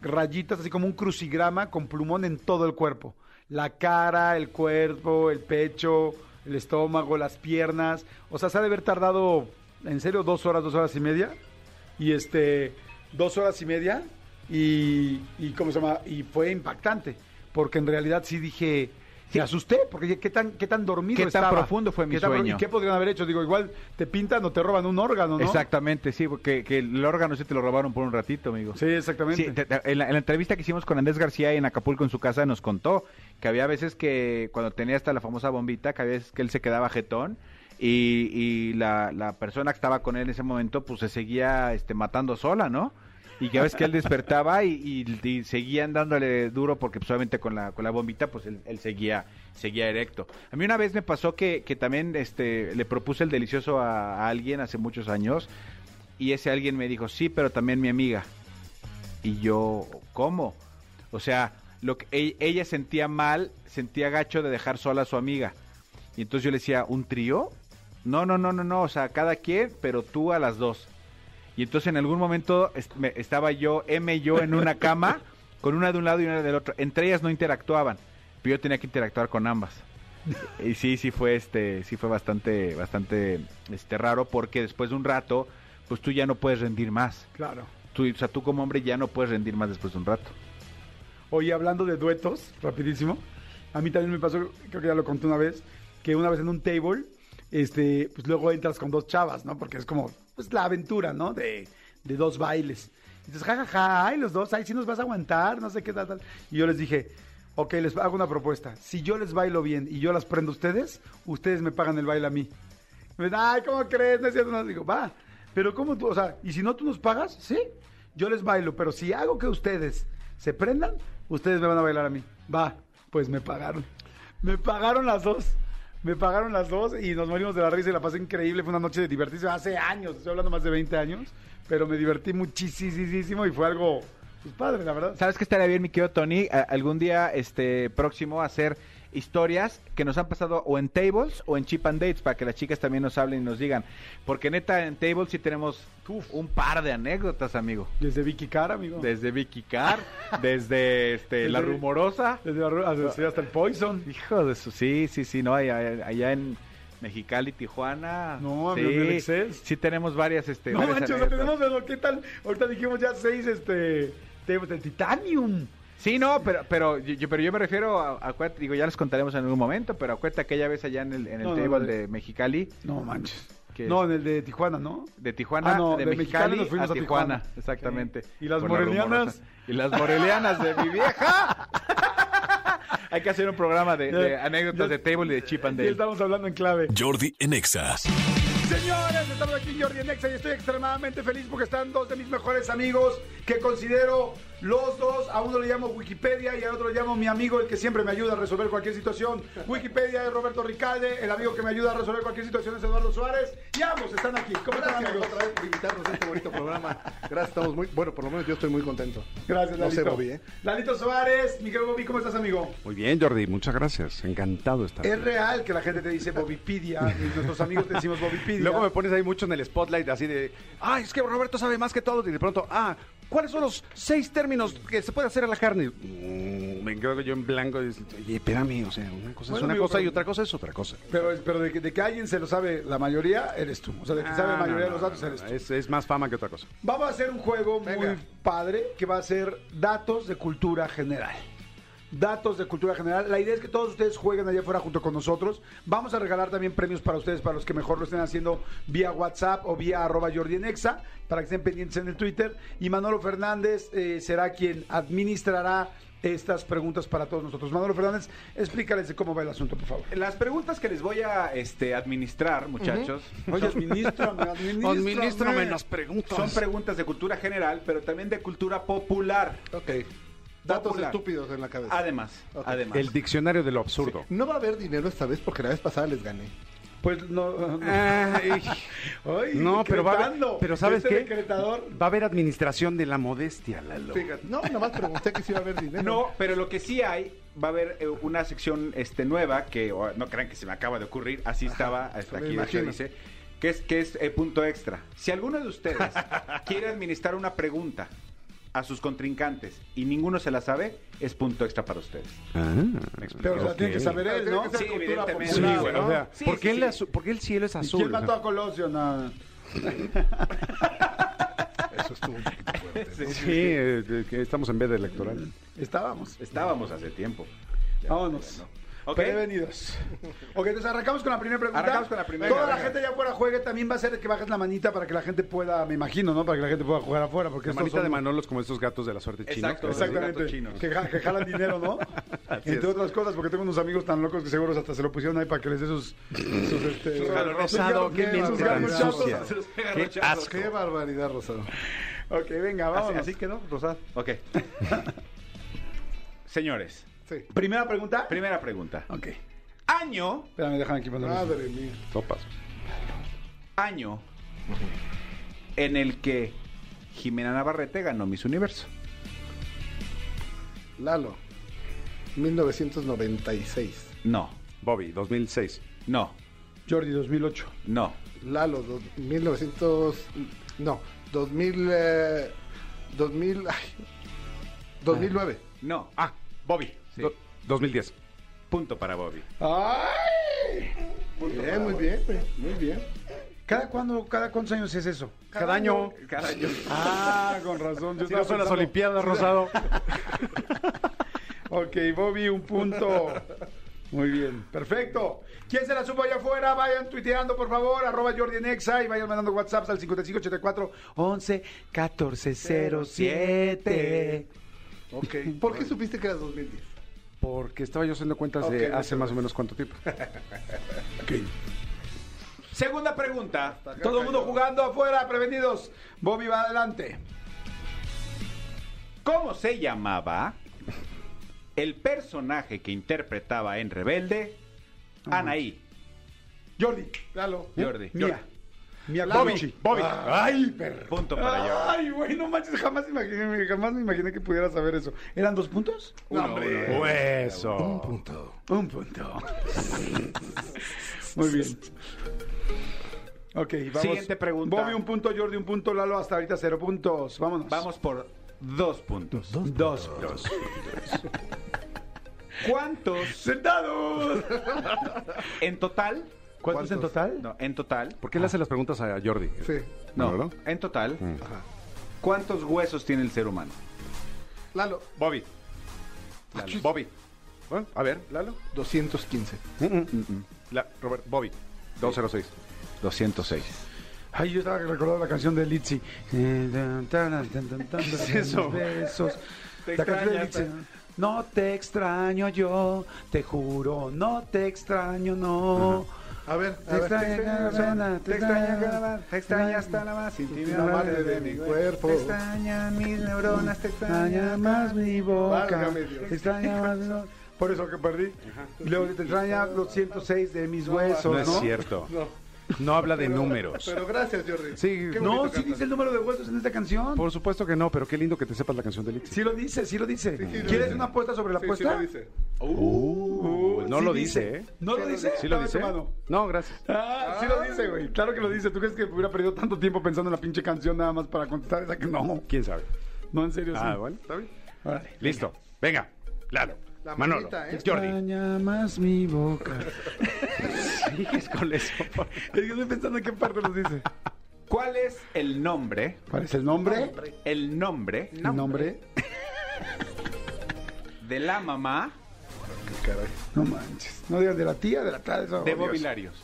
[SPEAKER 2] rayitas, así como un crucigrama con plumón en todo el cuerpo. La cara, el cuerpo, el pecho, el estómago, las piernas. O sea, se ha de haber tardado, en serio, dos horas, dos horas y media. Y este, dos horas y media. Y, y ¿cómo se llama? Y fue impactante. Porque en realidad sí dije,
[SPEAKER 3] Sí.
[SPEAKER 2] me asusté. Porque dije, qué tan, qué tan dormido
[SPEAKER 3] Qué tan
[SPEAKER 2] estaba.
[SPEAKER 3] profundo fue mi
[SPEAKER 2] Qué tan pro-
[SPEAKER 3] sueño.
[SPEAKER 2] ¿Y qué podrían haber hecho? Digo, igual te pintan o te roban un órgano, ¿no?
[SPEAKER 3] Exactamente, sí, porque que el órgano sí te lo robaron por un ratito, amigo.
[SPEAKER 2] Sí, exactamente.
[SPEAKER 3] Sí, te- te- en, la, en la entrevista que hicimos con Andrés García en Acapulco, en su casa, nos contó que había veces que cuando tenía hasta la famosa bombita, que había veces que él se quedaba jetón y, y la, la persona que estaba con él en ese momento, pues se seguía este, matando sola, ¿no? Y que a veces que él despertaba y, y- y seguían dándole duro porque pues, obviamente con la, con la bombita pues él, él seguía seguía erecto. A mí una vez me pasó que, que también este, le propuse el delicioso a, a alguien hace muchos años y ese alguien me dijo, sí, pero también mi amiga. Y yo, ¿cómo? O sea, lo que, e- ella sentía mal, sentía gacho de dejar sola a su amiga. Y entonces yo le decía, ¿un trío? No, no, no, no, no, o sea, cada quien, pero tú a las dos. Y entonces en algún momento est- me- estaba yo, M y yo, en una cama, con una de un lado y una del otro. Entre ellas no interactuaban, pero yo tenía que interactuar con ambas. Y sí, sí fue este, sí fue bastante, bastante este raro, porque después de un rato, pues tú ya no puedes rendir más.
[SPEAKER 2] Claro.
[SPEAKER 3] Tú, o sea, tú como hombre ya no puedes rendir más después de un rato.
[SPEAKER 2] Oye, hablando de duetos, rapidísimo. A mí también me pasó, creo que ya lo conté una vez, que una vez en un table, este, pues luego entras con dos chavas, ¿no? Porque es como, pues la aventura, ¿no? De, de dos bailes. Entonces, jajaja, ay, los dos, ay, sí nos vas a aguantar, no sé qué tal, tal. Y yo les dije, ok, les hago una propuesta. Si yo les bailo bien y yo las prendo a ustedes, ustedes me pagan el baile a mí. Me dicen, ay, ¿cómo crees? No es cierto. No, digo, va. Pero ¿cómo tú? O sea, y si no tú nos pagas, sí, yo les bailo. Pero si hago que ustedes se prendan, ustedes me van a bailar a mí. Va, pues me pagaron. Me pagaron las dos. Me pagaron las dos y nos morimos de la risa y la pasé increíble. Fue una noche de divertirse hace años, estoy hablando más de 20 años, pero me divertí muchísimo y fue algo pues, padre, la verdad.
[SPEAKER 3] ¿Sabes que estaría bien, mi querido Tony? A- algún día este próximo hacer historias que nos han pasado o en tables o en chip and dates para que las chicas también nos hablen y nos digan. Porque neta, en tables sí tenemos uf, un par de anécdotas, amigo.
[SPEAKER 2] Desde Vicky Cara, amigo. Desde,
[SPEAKER 3] Desde Vicky Carr, desde este, La
[SPEAKER 2] Desde-
[SPEAKER 3] Rumorosa.
[SPEAKER 2] la ru- hasta, hasta el Poison.
[SPEAKER 3] Hijo de su, sí, sí, sí, no, allá, allá en Mexicali, Tijuana.
[SPEAKER 2] No,
[SPEAKER 3] sí,
[SPEAKER 2] amigo, en el Excel.
[SPEAKER 3] sí tenemos varias, este,
[SPEAKER 2] No
[SPEAKER 3] varias
[SPEAKER 2] manches, o sea,
[SPEAKER 3] anécdotas.
[SPEAKER 2] tenemos, pero ¿qué tal? Ahorita dijimos ya seis, este, temas del Titanium.
[SPEAKER 3] Sí, no, pero pero yo, yo- pero yo me refiero a, a cuat- digo, ya les contaremos en algún momento, pero acuérdate aquella vez allá en el, en el
[SPEAKER 2] No, no,
[SPEAKER 3] table
[SPEAKER 2] no,
[SPEAKER 3] de Mexicali,
[SPEAKER 2] No manches.
[SPEAKER 3] ¿Qué?
[SPEAKER 2] No, en el de Tijuana, ¿no?
[SPEAKER 3] de Tijuana,
[SPEAKER 2] Ah, no,
[SPEAKER 3] de,
[SPEAKER 2] de
[SPEAKER 3] Mexicali,
[SPEAKER 2] Mexicali nos fuimos
[SPEAKER 3] a,
[SPEAKER 2] a
[SPEAKER 3] Tijuana,
[SPEAKER 2] Tijuana.
[SPEAKER 3] exactamente.
[SPEAKER 2] Sí. Y las
[SPEAKER 3] Con la
[SPEAKER 2] morelianas.
[SPEAKER 3] rumorosa. Y las morelianas de mi vieja. Hay que hacer un programa de, de anécdotas de table y de chip and
[SPEAKER 2] Ya
[SPEAKER 3] Dale.
[SPEAKER 2] estamos hablando en clave.
[SPEAKER 1] Jordi en Exa.
[SPEAKER 2] Señores, estamos aquí en Jordi en Exa y estoy extremadamente feliz porque están dos de mis mejores amigos que considero los dos. A uno le llamo Wikipedia y al otro le llamo mi amigo, el que siempre me ayuda a resolver cualquier situación. Wikipedia es Roberto Ricalde, el amigo que me ayuda a resolver cualquier situación es Eduardo Suárez. Y ambos están aquí. ¿Cómo están,
[SPEAKER 4] Gracias
[SPEAKER 2] amigos?
[SPEAKER 4] otra vez por invitarnos a este bonito programa. Gracias, estamos muy. Bueno, por lo menos yo estoy muy contento.
[SPEAKER 2] Gracias,
[SPEAKER 4] No
[SPEAKER 2] Lalito.
[SPEAKER 4] sé, Bobby, ¿eh?
[SPEAKER 2] Lalito Suárez, Miguel Bobby, ¿cómo estás, amigo?
[SPEAKER 5] Muy bien, Jordi, muchas gracias. Pues Encantado de estar.
[SPEAKER 2] Es
[SPEAKER 5] aquí.
[SPEAKER 2] real que la gente te dice Bobipedia y nuestros amigos te decimos Bobipedia.
[SPEAKER 5] Luego me pones ahí mucho en el spotlight, así de, ay, es que Roberto sabe más que todos. Y de pronto, ah, ¿cuáles son los seis términos que se puede hacer a la carne? Mm, me quedo yo en blanco y dices, oye, espérame, o sea, una cosa es
[SPEAKER 2] Bueno,
[SPEAKER 5] una
[SPEAKER 2] amigo,
[SPEAKER 5] cosa y
[SPEAKER 2] pero-
[SPEAKER 5] otra cosa es otra cosa.
[SPEAKER 2] Pero, pero de, que, de que alguien se lo sabe la mayoría, eres tú. O sea, de que sabe la
[SPEAKER 5] Ah, no,
[SPEAKER 2] mayoría de
[SPEAKER 5] no,
[SPEAKER 2] los datos, eres
[SPEAKER 5] no,
[SPEAKER 2] tú.
[SPEAKER 5] Es, es más fama que otra cosa.
[SPEAKER 2] Vamos a hacer un juego muy
[SPEAKER 4] Venga.
[SPEAKER 2] padre que va a ser datos de cultura general. Datos de cultura general. La idea es que todos ustedes jueguen allá afuera junto con nosotros. Vamos a regalar también premios para ustedes, para los que mejor lo estén haciendo vía WhatsApp o vía arroba Jordi en Exa, para que estén pendientes en el Twitter. Y Manolo Fernández eh, será quien administrará estas preguntas para todos nosotros. Manolo Fernández, explícales de cómo va el asunto, por favor.
[SPEAKER 3] Las preguntas que les voy a este, administrar, muchachos,
[SPEAKER 2] Oye, administrame, administrame.
[SPEAKER 5] Administrame las preguntas.
[SPEAKER 3] son preguntas de cultura general, pero también de cultura popular.
[SPEAKER 4] Ok. Datos
[SPEAKER 3] Popular.
[SPEAKER 4] estúpidos en la cabeza.
[SPEAKER 3] Además,
[SPEAKER 4] Ok.
[SPEAKER 3] además.
[SPEAKER 5] El diccionario de lo absurdo.
[SPEAKER 4] No va a haber dinero esta vez porque la vez pasada les gané.
[SPEAKER 2] Pues no. no.
[SPEAKER 5] Ay,
[SPEAKER 2] Ay,
[SPEAKER 5] Ah, no, pero va a haber,
[SPEAKER 2] decretando.
[SPEAKER 5] pero ¿sabes
[SPEAKER 2] Este
[SPEAKER 5] qué?
[SPEAKER 2] decretador.
[SPEAKER 5] Va a haber administración de la modestia, Lalo.
[SPEAKER 4] Fíjate. No, nomás pregunté que si iba a haber dinero.
[SPEAKER 3] Ah, No, pero lo que sí hay, va a haber eh, una sección este, nueva que o, no crean que se me acaba de ocurrir, así estaba hasta
[SPEAKER 4] me
[SPEAKER 3] aquí, de hecho,
[SPEAKER 4] imagino.
[SPEAKER 3] dice, que es, que es eh, punto extra. Si alguno de ustedes quiere administrar una pregunta a sus contrincantes y ninguno se la sabe, es punto extra para ustedes.
[SPEAKER 5] Ah.
[SPEAKER 3] ¿Me explico?
[SPEAKER 2] Pero la tiene que saber él, ¿no?
[SPEAKER 4] Tiene que ser
[SPEAKER 3] Sí,
[SPEAKER 4] cultura
[SPEAKER 3] evidentemente.
[SPEAKER 5] Sí,
[SPEAKER 2] popular,
[SPEAKER 5] güey,
[SPEAKER 2] ¿no?
[SPEAKER 5] o sea,
[SPEAKER 3] Sí,
[SPEAKER 5] ¿por,
[SPEAKER 3] sí,
[SPEAKER 5] qué
[SPEAKER 3] sí.
[SPEAKER 5] el azu- por qué el cielo es
[SPEAKER 2] ¿Y
[SPEAKER 5] azul?
[SPEAKER 2] quién mató a Colosio? No.
[SPEAKER 4] Eso estuvo un poquito fuerte.
[SPEAKER 5] Sí, eh, de- que estamos en veda electoral.
[SPEAKER 2] Estábamos.
[SPEAKER 3] Estábamos hace tiempo. Ya,
[SPEAKER 2] Vámonos.
[SPEAKER 3] bueno. Ok.
[SPEAKER 2] Prevenidos. Ok, entonces arrancamos con la primera pregunta.
[SPEAKER 3] Arrancamos con la primera.
[SPEAKER 2] Toda la
[SPEAKER 3] Venga.
[SPEAKER 2] gente allá afuera juegue. También va a ser que bajes la manita para que la gente pueda, me imagino, ¿no? Para que la gente pueda jugar afuera. Porque
[SPEAKER 5] La
[SPEAKER 2] estos
[SPEAKER 5] manita
[SPEAKER 2] son-
[SPEAKER 5] de Manolos como estos gatos de la suerte Pues, china.
[SPEAKER 3] Exacto,
[SPEAKER 2] Exactamente.
[SPEAKER 3] Los gatos chinos.
[SPEAKER 2] Que, ja- que jalan dinero, ¿no? Entre
[SPEAKER 5] es.
[SPEAKER 2] otras cosas, porque tengo unos amigos tan locos que seguros hasta se lo pusieron ahí para que les dé sus. Sus, este,
[SPEAKER 5] Rosado,
[SPEAKER 2] sus
[SPEAKER 5] qué
[SPEAKER 2] galos-
[SPEAKER 5] mente
[SPEAKER 2] sus
[SPEAKER 5] tan
[SPEAKER 2] galos chatos.
[SPEAKER 5] sucia.
[SPEAKER 3] Qué asco.
[SPEAKER 4] Qué barbaridad, Rosado.
[SPEAKER 2] Ok, venga, vamos.
[SPEAKER 5] Así, así quedó, Rosado.
[SPEAKER 3] Ok. Señores,
[SPEAKER 4] Sí.
[SPEAKER 2] Primera pregunta.
[SPEAKER 3] primera pregunta.
[SPEAKER 2] Ok.
[SPEAKER 3] Año,
[SPEAKER 2] Espérame, déjame aquí ponerlo.
[SPEAKER 4] Madre mía.
[SPEAKER 5] Sopas.
[SPEAKER 3] año en el que Jimena Navarrete ganó Miss Universo.
[SPEAKER 4] Lalo. 1996.
[SPEAKER 3] No,
[SPEAKER 5] Bobby, 2006.
[SPEAKER 3] no,
[SPEAKER 2] Jordi, 2008.
[SPEAKER 3] no,
[SPEAKER 4] Lalo, do- 1900. No, 2000. eh, 2000. ay, 2009.
[SPEAKER 3] no.
[SPEAKER 5] Ah, Bobby.
[SPEAKER 3] Sí.
[SPEAKER 5] do- 2010.
[SPEAKER 3] Punto para Bobby.
[SPEAKER 2] ¡Ay!
[SPEAKER 4] Bien,
[SPEAKER 2] eh.
[SPEAKER 4] muy bien, güey, muy bien.
[SPEAKER 2] ¿Cada, cuándo, ¿Cada cuántos años es eso?
[SPEAKER 5] Cada año.
[SPEAKER 3] Cada año.
[SPEAKER 2] Ah, con razón. Yo
[SPEAKER 5] Si
[SPEAKER 2] estaba
[SPEAKER 5] no son las
[SPEAKER 2] pensando-
[SPEAKER 5] Olimpiadas, Rosado.
[SPEAKER 2] Ok, Bobby, un punto. Muy bien, perfecto. ¿Quién se la supo allá afuera? Vayan tuiteando, por favor, arroba Jordi en Exa y vayan mandando WhatsApps al 5584 11 1407.
[SPEAKER 4] Ok. ¿Por qué supiste que era 2010?
[SPEAKER 5] Porque estaba yo haciendo cuentas de
[SPEAKER 4] Ok,
[SPEAKER 5] hace más o menos cuánto tiempo.
[SPEAKER 3] Segunda pregunta.
[SPEAKER 2] Todo el mundo jugando afuera, prevenidos. Bobby va adelante.
[SPEAKER 3] ¿Cómo se llamaba el personaje que interpretaba en Rebelde? Anaí.
[SPEAKER 2] Jordi,
[SPEAKER 4] Lalo.
[SPEAKER 3] ¿Eh? Jordi. Ah,
[SPEAKER 2] mía. Mía Colucci.
[SPEAKER 5] Bobby.
[SPEAKER 2] Ay, perro.
[SPEAKER 3] Punto para Jordi.
[SPEAKER 2] Ay, güey, no manches, jamás, imaginé, jamás me imaginé que pudiera saber eso. ¿Eran dos puntos?
[SPEAKER 3] Uno, uno, uno.
[SPEAKER 5] Hueso.
[SPEAKER 2] Un punto. Muy bien. Ok, vamos.
[SPEAKER 3] Siguiente pregunta.
[SPEAKER 2] Bobby un punto, Jordi un punto, Lalo hasta ahorita cero puntos. Vámonos.
[SPEAKER 3] Vamos por dos puntos.
[SPEAKER 2] Dos.
[SPEAKER 3] ¿Cuántos
[SPEAKER 2] ¡Sentados!
[SPEAKER 3] en total?
[SPEAKER 2] ¿Cuántos en total?
[SPEAKER 3] No, en total.
[SPEAKER 5] ¿Por qué le hace las preguntas a Jordi?
[SPEAKER 4] Sí.
[SPEAKER 3] No,
[SPEAKER 5] ¿No, no?
[SPEAKER 3] en total.
[SPEAKER 4] Ajá.
[SPEAKER 3] ¿Cuántos huesos tiene el ser humano?
[SPEAKER 4] Lalo.
[SPEAKER 5] Bobby.
[SPEAKER 4] Achis.
[SPEAKER 5] Bobby. Bueno, a ver, Lalo.
[SPEAKER 4] 215.
[SPEAKER 5] La- Robert, Bobby. 206.
[SPEAKER 3] 206.
[SPEAKER 2] Ay, yo estaba recordando la canción de Litzy. Eh, ¿Qué
[SPEAKER 5] es eso?
[SPEAKER 2] Besos.
[SPEAKER 5] Te
[SPEAKER 2] la canción de
[SPEAKER 5] extrañas,
[SPEAKER 2] Litzy. No te extraño yo, te juro, no te extraño, no.
[SPEAKER 4] A ver, a
[SPEAKER 2] Te
[SPEAKER 4] ver.
[SPEAKER 2] extraño cada zona, te extraño cada bar, te extraño hasta la más
[SPEAKER 4] íntima parte de mi cuerpo.
[SPEAKER 2] Te extrañan mis neuronas, te extraña más mi boca.
[SPEAKER 4] Válgame Dios.
[SPEAKER 2] Te extraña más mi boca. Por eso que perdí. Y Luego te extraña los 106 de mis huesos, ¿no?
[SPEAKER 5] No es cierto.
[SPEAKER 4] No,
[SPEAKER 5] No habla de números.
[SPEAKER 4] pero gracias, Jordi.
[SPEAKER 5] Sí,
[SPEAKER 4] Qué
[SPEAKER 2] No,
[SPEAKER 4] bonito
[SPEAKER 2] sí
[SPEAKER 4] cantas.
[SPEAKER 2] dice el número de huesos en esta canción.
[SPEAKER 5] Por supuesto que no, pero qué lindo que te sepas la canción de Litzy.
[SPEAKER 2] Sí lo dice, sí lo dice.
[SPEAKER 4] sí lo
[SPEAKER 2] ¿Quieres
[SPEAKER 4] dice.
[SPEAKER 2] una apuesta sobre la
[SPEAKER 4] Sí, sí
[SPEAKER 2] apuesta?
[SPEAKER 4] lo dice.
[SPEAKER 5] Uh, no
[SPEAKER 2] Sí
[SPEAKER 5] lo dice, ¿eh?
[SPEAKER 2] ¿No lo dice?
[SPEAKER 5] ¿Sí lo
[SPEAKER 2] Dame tu
[SPEAKER 5] dice?
[SPEAKER 2] mano.
[SPEAKER 5] No, gracias.
[SPEAKER 2] Ah, sí lo dice, güey. Claro que lo dice. ¿Tú crees que hubiera perdido tanto tiempo pensando en la pinche canción nada más para contestar esa que no?
[SPEAKER 5] ¿Quién sabe?
[SPEAKER 2] No, en serio, sí.
[SPEAKER 5] Ah, bueno, está bien.
[SPEAKER 2] Órale.
[SPEAKER 5] Listo. Venga, Lalo.
[SPEAKER 4] La
[SPEAKER 5] Manolo.
[SPEAKER 4] manita, ¿eh?
[SPEAKER 5] Jordi.
[SPEAKER 2] más mi boca.
[SPEAKER 5] Sigues con eso.
[SPEAKER 2] es que estoy pensando en qué parte nos dice.
[SPEAKER 3] ¿Cuál es el nombre?
[SPEAKER 2] ¿Cuál es el nombre?
[SPEAKER 3] El nombre
[SPEAKER 2] El nombre.
[SPEAKER 3] de la mamá
[SPEAKER 2] No manches. No digas de la tía, de la tía. eso,
[SPEAKER 3] de
[SPEAKER 2] oh, Dios.
[SPEAKER 3] Bobby Larios.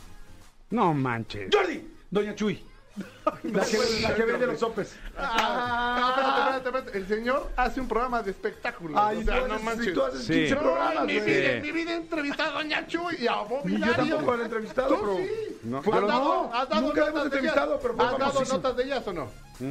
[SPEAKER 5] No manches.
[SPEAKER 2] ¡Jordi! Doña Chuy. La que, la que vende los sopes.
[SPEAKER 4] Ah, espérate, espérate, espérate. El señor hace un programa de espectáculos.
[SPEAKER 2] Ay,
[SPEAKER 4] o sea, no
[SPEAKER 2] Si
[SPEAKER 4] manches.
[SPEAKER 2] tú haces
[SPEAKER 5] Sí.
[SPEAKER 2] 15
[SPEAKER 5] Yo
[SPEAKER 2] programas,
[SPEAKER 4] Mi
[SPEAKER 5] Sí.
[SPEAKER 2] güey.
[SPEAKER 4] vida, en mi vida he entrevistado a Doña Chuy y a Bob
[SPEAKER 2] Ni yo
[SPEAKER 4] Hilario.
[SPEAKER 2] tampoco lo he entrevistado,
[SPEAKER 4] Tú
[SPEAKER 2] pero.
[SPEAKER 4] sí.
[SPEAKER 5] No.
[SPEAKER 2] Pero
[SPEAKER 4] ¿Has dado,
[SPEAKER 2] no,
[SPEAKER 4] has dado
[SPEAKER 2] nunca lo hemos
[SPEAKER 4] notas de
[SPEAKER 2] entrevistado,
[SPEAKER 4] ellas?
[SPEAKER 2] pero fue
[SPEAKER 4] ¿Has dado
[SPEAKER 2] famosísimo.
[SPEAKER 4] notas de ellas o no?
[SPEAKER 5] Sí.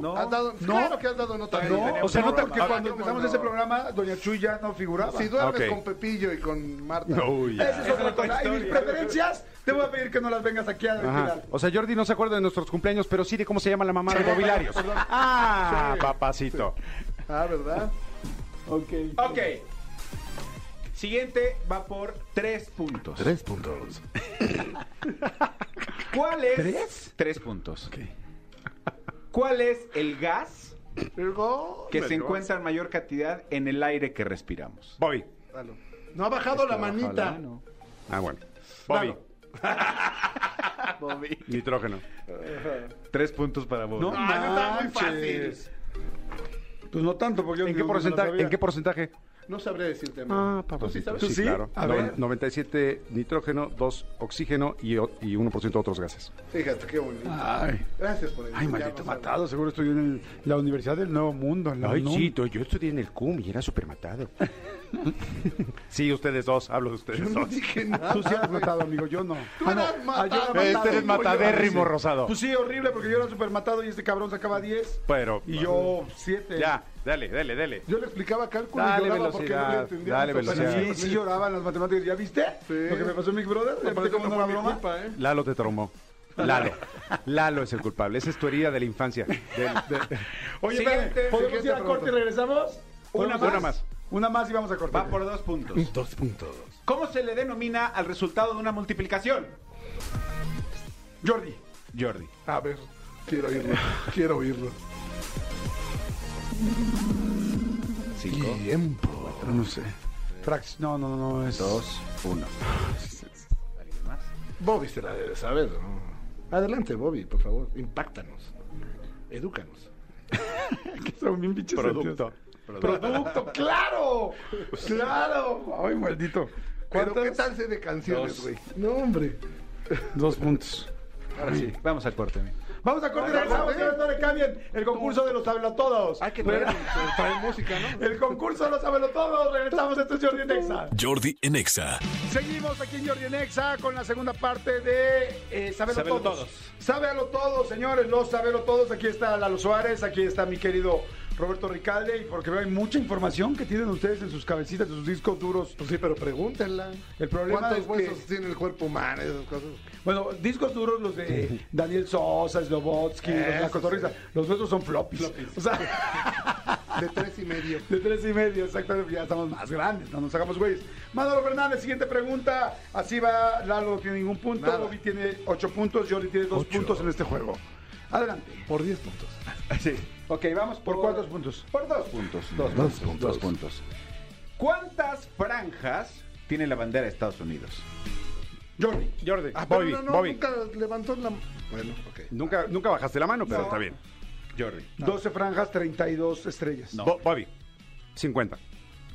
[SPEAKER 2] No.
[SPEAKER 4] ¿Has dado?
[SPEAKER 2] No.
[SPEAKER 4] Claro que has dado notas de ellas.
[SPEAKER 2] No, o sea, no
[SPEAKER 4] Claro
[SPEAKER 2] porque
[SPEAKER 4] que
[SPEAKER 2] cuando
[SPEAKER 4] no.
[SPEAKER 2] empezamos ese programa, Doña Chuy ya no figuraba.
[SPEAKER 4] Si duermes
[SPEAKER 5] Ok.
[SPEAKER 4] con Pepillo y con Marta.
[SPEAKER 5] Uy, ya.
[SPEAKER 2] Esa es otra cosa. Y mis preferencias, te voy a pedir que no las vengas aquí a
[SPEAKER 5] Ajá.
[SPEAKER 2] retirar.
[SPEAKER 5] O sea, Jordi no se acuerda de nuestros cumpleaños, pero sí de cómo se llama la mamá de Bobilarios. Ah, papacito.
[SPEAKER 4] Ah, ¿verdad?
[SPEAKER 2] Ok.
[SPEAKER 3] Ok. Siguiente va por tres puntos.
[SPEAKER 5] Tres puntos.
[SPEAKER 3] ¿Cuál es?
[SPEAKER 2] ¿Tres?
[SPEAKER 3] puntos. ¿Cuál es el gas
[SPEAKER 4] Virgo.
[SPEAKER 3] que se encuentra en mayor cantidad en el aire que respiramos?
[SPEAKER 5] Bobby.
[SPEAKER 4] Dalo. No ha bajado la manita.
[SPEAKER 5] Ah, bueno. Bobby.
[SPEAKER 2] Lalo.
[SPEAKER 4] Bobby.
[SPEAKER 5] Nitrógeno.
[SPEAKER 3] Tres puntos para vos.
[SPEAKER 2] No,
[SPEAKER 4] Ah, no está muy
[SPEAKER 2] manches. Pues no tanto, porque yo
[SPEAKER 5] ¿En
[SPEAKER 2] ni-
[SPEAKER 5] qué,
[SPEAKER 2] no me la
[SPEAKER 5] porcentaje,
[SPEAKER 2] sabía.
[SPEAKER 5] ¿En qué porcentaje?
[SPEAKER 4] No sabría decirte. amigo.
[SPEAKER 5] Ah,
[SPEAKER 4] ¿Tú sí sabes?
[SPEAKER 2] ¿Tú sí?
[SPEAKER 5] claro.
[SPEAKER 2] A
[SPEAKER 5] No-
[SPEAKER 2] ver.
[SPEAKER 5] 97 nitrógeno, 2 oxígeno y, o- y 1% otros gases.
[SPEAKER 4] Fíjate, qué bonito.
[SPEAKER 2] Ay,
[SPEAKER 4] Gracias por el
[SPEAKER 2] ay, maldito matado. Seguro estudió en el- la Universidad del Nuevo Mundo. en la UNAM.
[SPEAKER 5] yo estudié en el CUM y era súper matado. sí, ustedes dos, hablo de
[SPEAKER 4] Yo
[SPEAKER 5] ustedes
[SPEAKER 4] no
[SPEAKER 5] dos.
[SPEAKER 4] dije nada.
[SPEAKER 2] Tú sí eras matado, amigo. Yo no.
[SPEAKER 4] Tú
[SPEAKER 2] Ah, no.
[SPEAKER 4] eras
[SPEAKER 2] Ah, yo
[SPEAKER 4] matado.
[SPEAKER 2] era
[SPEAKER 4] Este eres
[SPEAKER 5] matadérrimo,
[SPEAKER 2] Sí.
[SPEAKER 5] Rosado.
[SPEAKER 2] Pues sí, horrible, porque yo era súper matado y este cabrón sacaba 10.
[SPEAKER 5] Pero-
[SPEAKER 2] Y yo eh, 7.
[SPEAKER 5] Ya, dale, dale, dale.
[SPEAKER 4] Yo le explicaba cálculo
[SPEAKER 5] Dale
[SPEAKER 4] y lloraba porque no le
[SPEAKER 5] velocidad,
[SPEAKER 4] entendía.
[SPEAKER 5] dale
[SPEAKER 4] Pero
[SPEAKER 2] Sí,
[SPEAKER 5] velocidad.
[SPEAKER 4] sí,
[SPEAKER 2] sí lloraban las matemáticas. ¿Ya viste?
[SPEAKER 4] Sí.
[SPEAKER 2] Lo que me pasó en Big Brother. ¿Ya viste
[SPEAKER 4] Aparte
[SPEAKER 2] cómo
[SPEAKER 4] no
[SPEAKER 2] no
[SPEAKER 4] fue
[SPEAKER 2] era
[SPEAKER 4] mi
[SPEAKER 2] broma?
[SPEAKER 4] culpa, ¿eh?
[SPEAKER 5] Lalo te tromó. Lalo. Lalo es el culpable. Esa es tu herida de la infancia. Del- de-
[SPEAKER 2] Oye,
[SPEAKER 4] Siguiente,
[SPEAKER 2] espérate, ¿podemos
[SPEAKER 4] siguiente
[SPEAKER 2] ir a corte y
[SPEAKER 4] pregunta.
[SPEAKER 2] regresamos?
[SPEAKER 3] Una
[SPEAKER 2] ¿Podemos?
[SPEAKER 3] más. Una más.
[SPEAKER 2] Una más y vamos a corte.
[SPEAKER 3] Va por dos puntos.
[SPEAKER 1] Dos puntos.
[SPEAKER 3] ¿Cómo se le denomina al resultado de una multiplicación?
[SPEAKER 2] Jordi.
[SPEAKER 3] Jordi.
[SPEAKER 4] A ver, quiero oírlo. quiero oírlo.
[SPEAKER 1] Tiempo.
[SPEAKER 2] Pero no sé. Frax. No, no, no. Es...
[SPEAKER 3] Dos, uno. ¿Alguien más?
[SPEAKER 4] Bobby se la debe saber. ¿no? Adelante, Bobby, por favor. Impactanos. Edúcanos.
[SPEAKER 2] Que son bien pinches
[SPEAKER 5] Producto.
[SPEAKER 2] sentidos. Producto, claro. Claro. Ay, maldito.
[SPEAKER 4] Pues Pero
[SPEAKER 2] ¿Cuántas?
[SPEAKER 4] qué tal sé de canciones,
[SPEAKER 3] Dos.
[SPEAKER 4] güey. No, hombre.
[SPEAKER 2] Dos puntos.
[SPEAKER 3] Ahora sí, vamos al corte. amigo.
[SPEAKER 2] Vamos a corte y regresamos, señores, no le cambien. El concurso de los todos.
[SPEAKER 4] Hay que traer, traer música, ¿no?
[SPEAKER 2] El concurso de los todos. Regresamos, esto es Jordi en Exa.
[SPEAKER 1] Jordi en Exa.
[SPEAKER 2] Seguimos aquí en Jordi en Exa con la segunda parte de eh, Sabelo,
[SPEAKER 3] Sabelo
[SPEAKER 2] Todos.
[SPEAKER 3] Todos.
[SPEAKER 2] Sabelo Todos, señores, los Sabelo Todos. Aquí está Lalo Suárez, aquí está mi querido Roberto Ricalde. Y porque veo hay mucha información que tienen ustedes en sus cabecitas, en sus discos duros.
[SPEAKER 4] Pues sí, pero pregúntenla.
[SPEAKER 2] El problema
[SPEAKER 4] ¿Cuántos
[SPEAKER 2] es que-
[SPEAKER 4] huesos tiene el cuerpo humano? Esas cosas.
[SPEAKER 2] Bueno, discos duros los de Daniel Sosa, Slobotsky, los
[SPEAKER 4] Eso
[SPEAKER 2] Nacotorristas.
[SPEAKER 4] sí.
[SPEAKER 2] Los nuestros son floppies. O sea...
[SPEAKER 4] De tres y medio.
[SPEAKER 2] De tres y medio, exactamente. Ya estamos más grandes, no nos hagamos güeyes. Manolo Fernández, siguiente pregunta. Así va, Lalo no tiene ningún punto,
[SPEAKER 4] Nada.
[SPEAKER 2] Bobby tiene ocho puntos, Jordi tiene dos puntos en este juego. Adelante.
[SPEAKER 4] Por diez puntos.
[SPEAKER 2] Ok, vamos por, cuántos puntos.
[SPEAKER 3] Por dos puntos. Dos, puntos. Dos puntos. ¿Cuántas franjas tiene la bandera de Estados Unidos?
[SPEAKER 2] Jordi.
[SPEAKER 5] Jordi.
[SPEAKER 4] Ah, pero
[SPEAKER 5] Bobby,
[SPEAKER 4] no, no,
[SPEAKER 5] Bobby.
[SPEAKER 4] nunca levantó la... Bueno, ok.
[SPEAKER 5] Nunca, nunca bajaste la mano, pero está bien.
[SPEAKER 3] Jordi.
[SPEAKER 2] 12 franjas, 32 estrellas.
[SPEAKER 3] No.
[SPEAKER 5] Bo- Bobby, 50.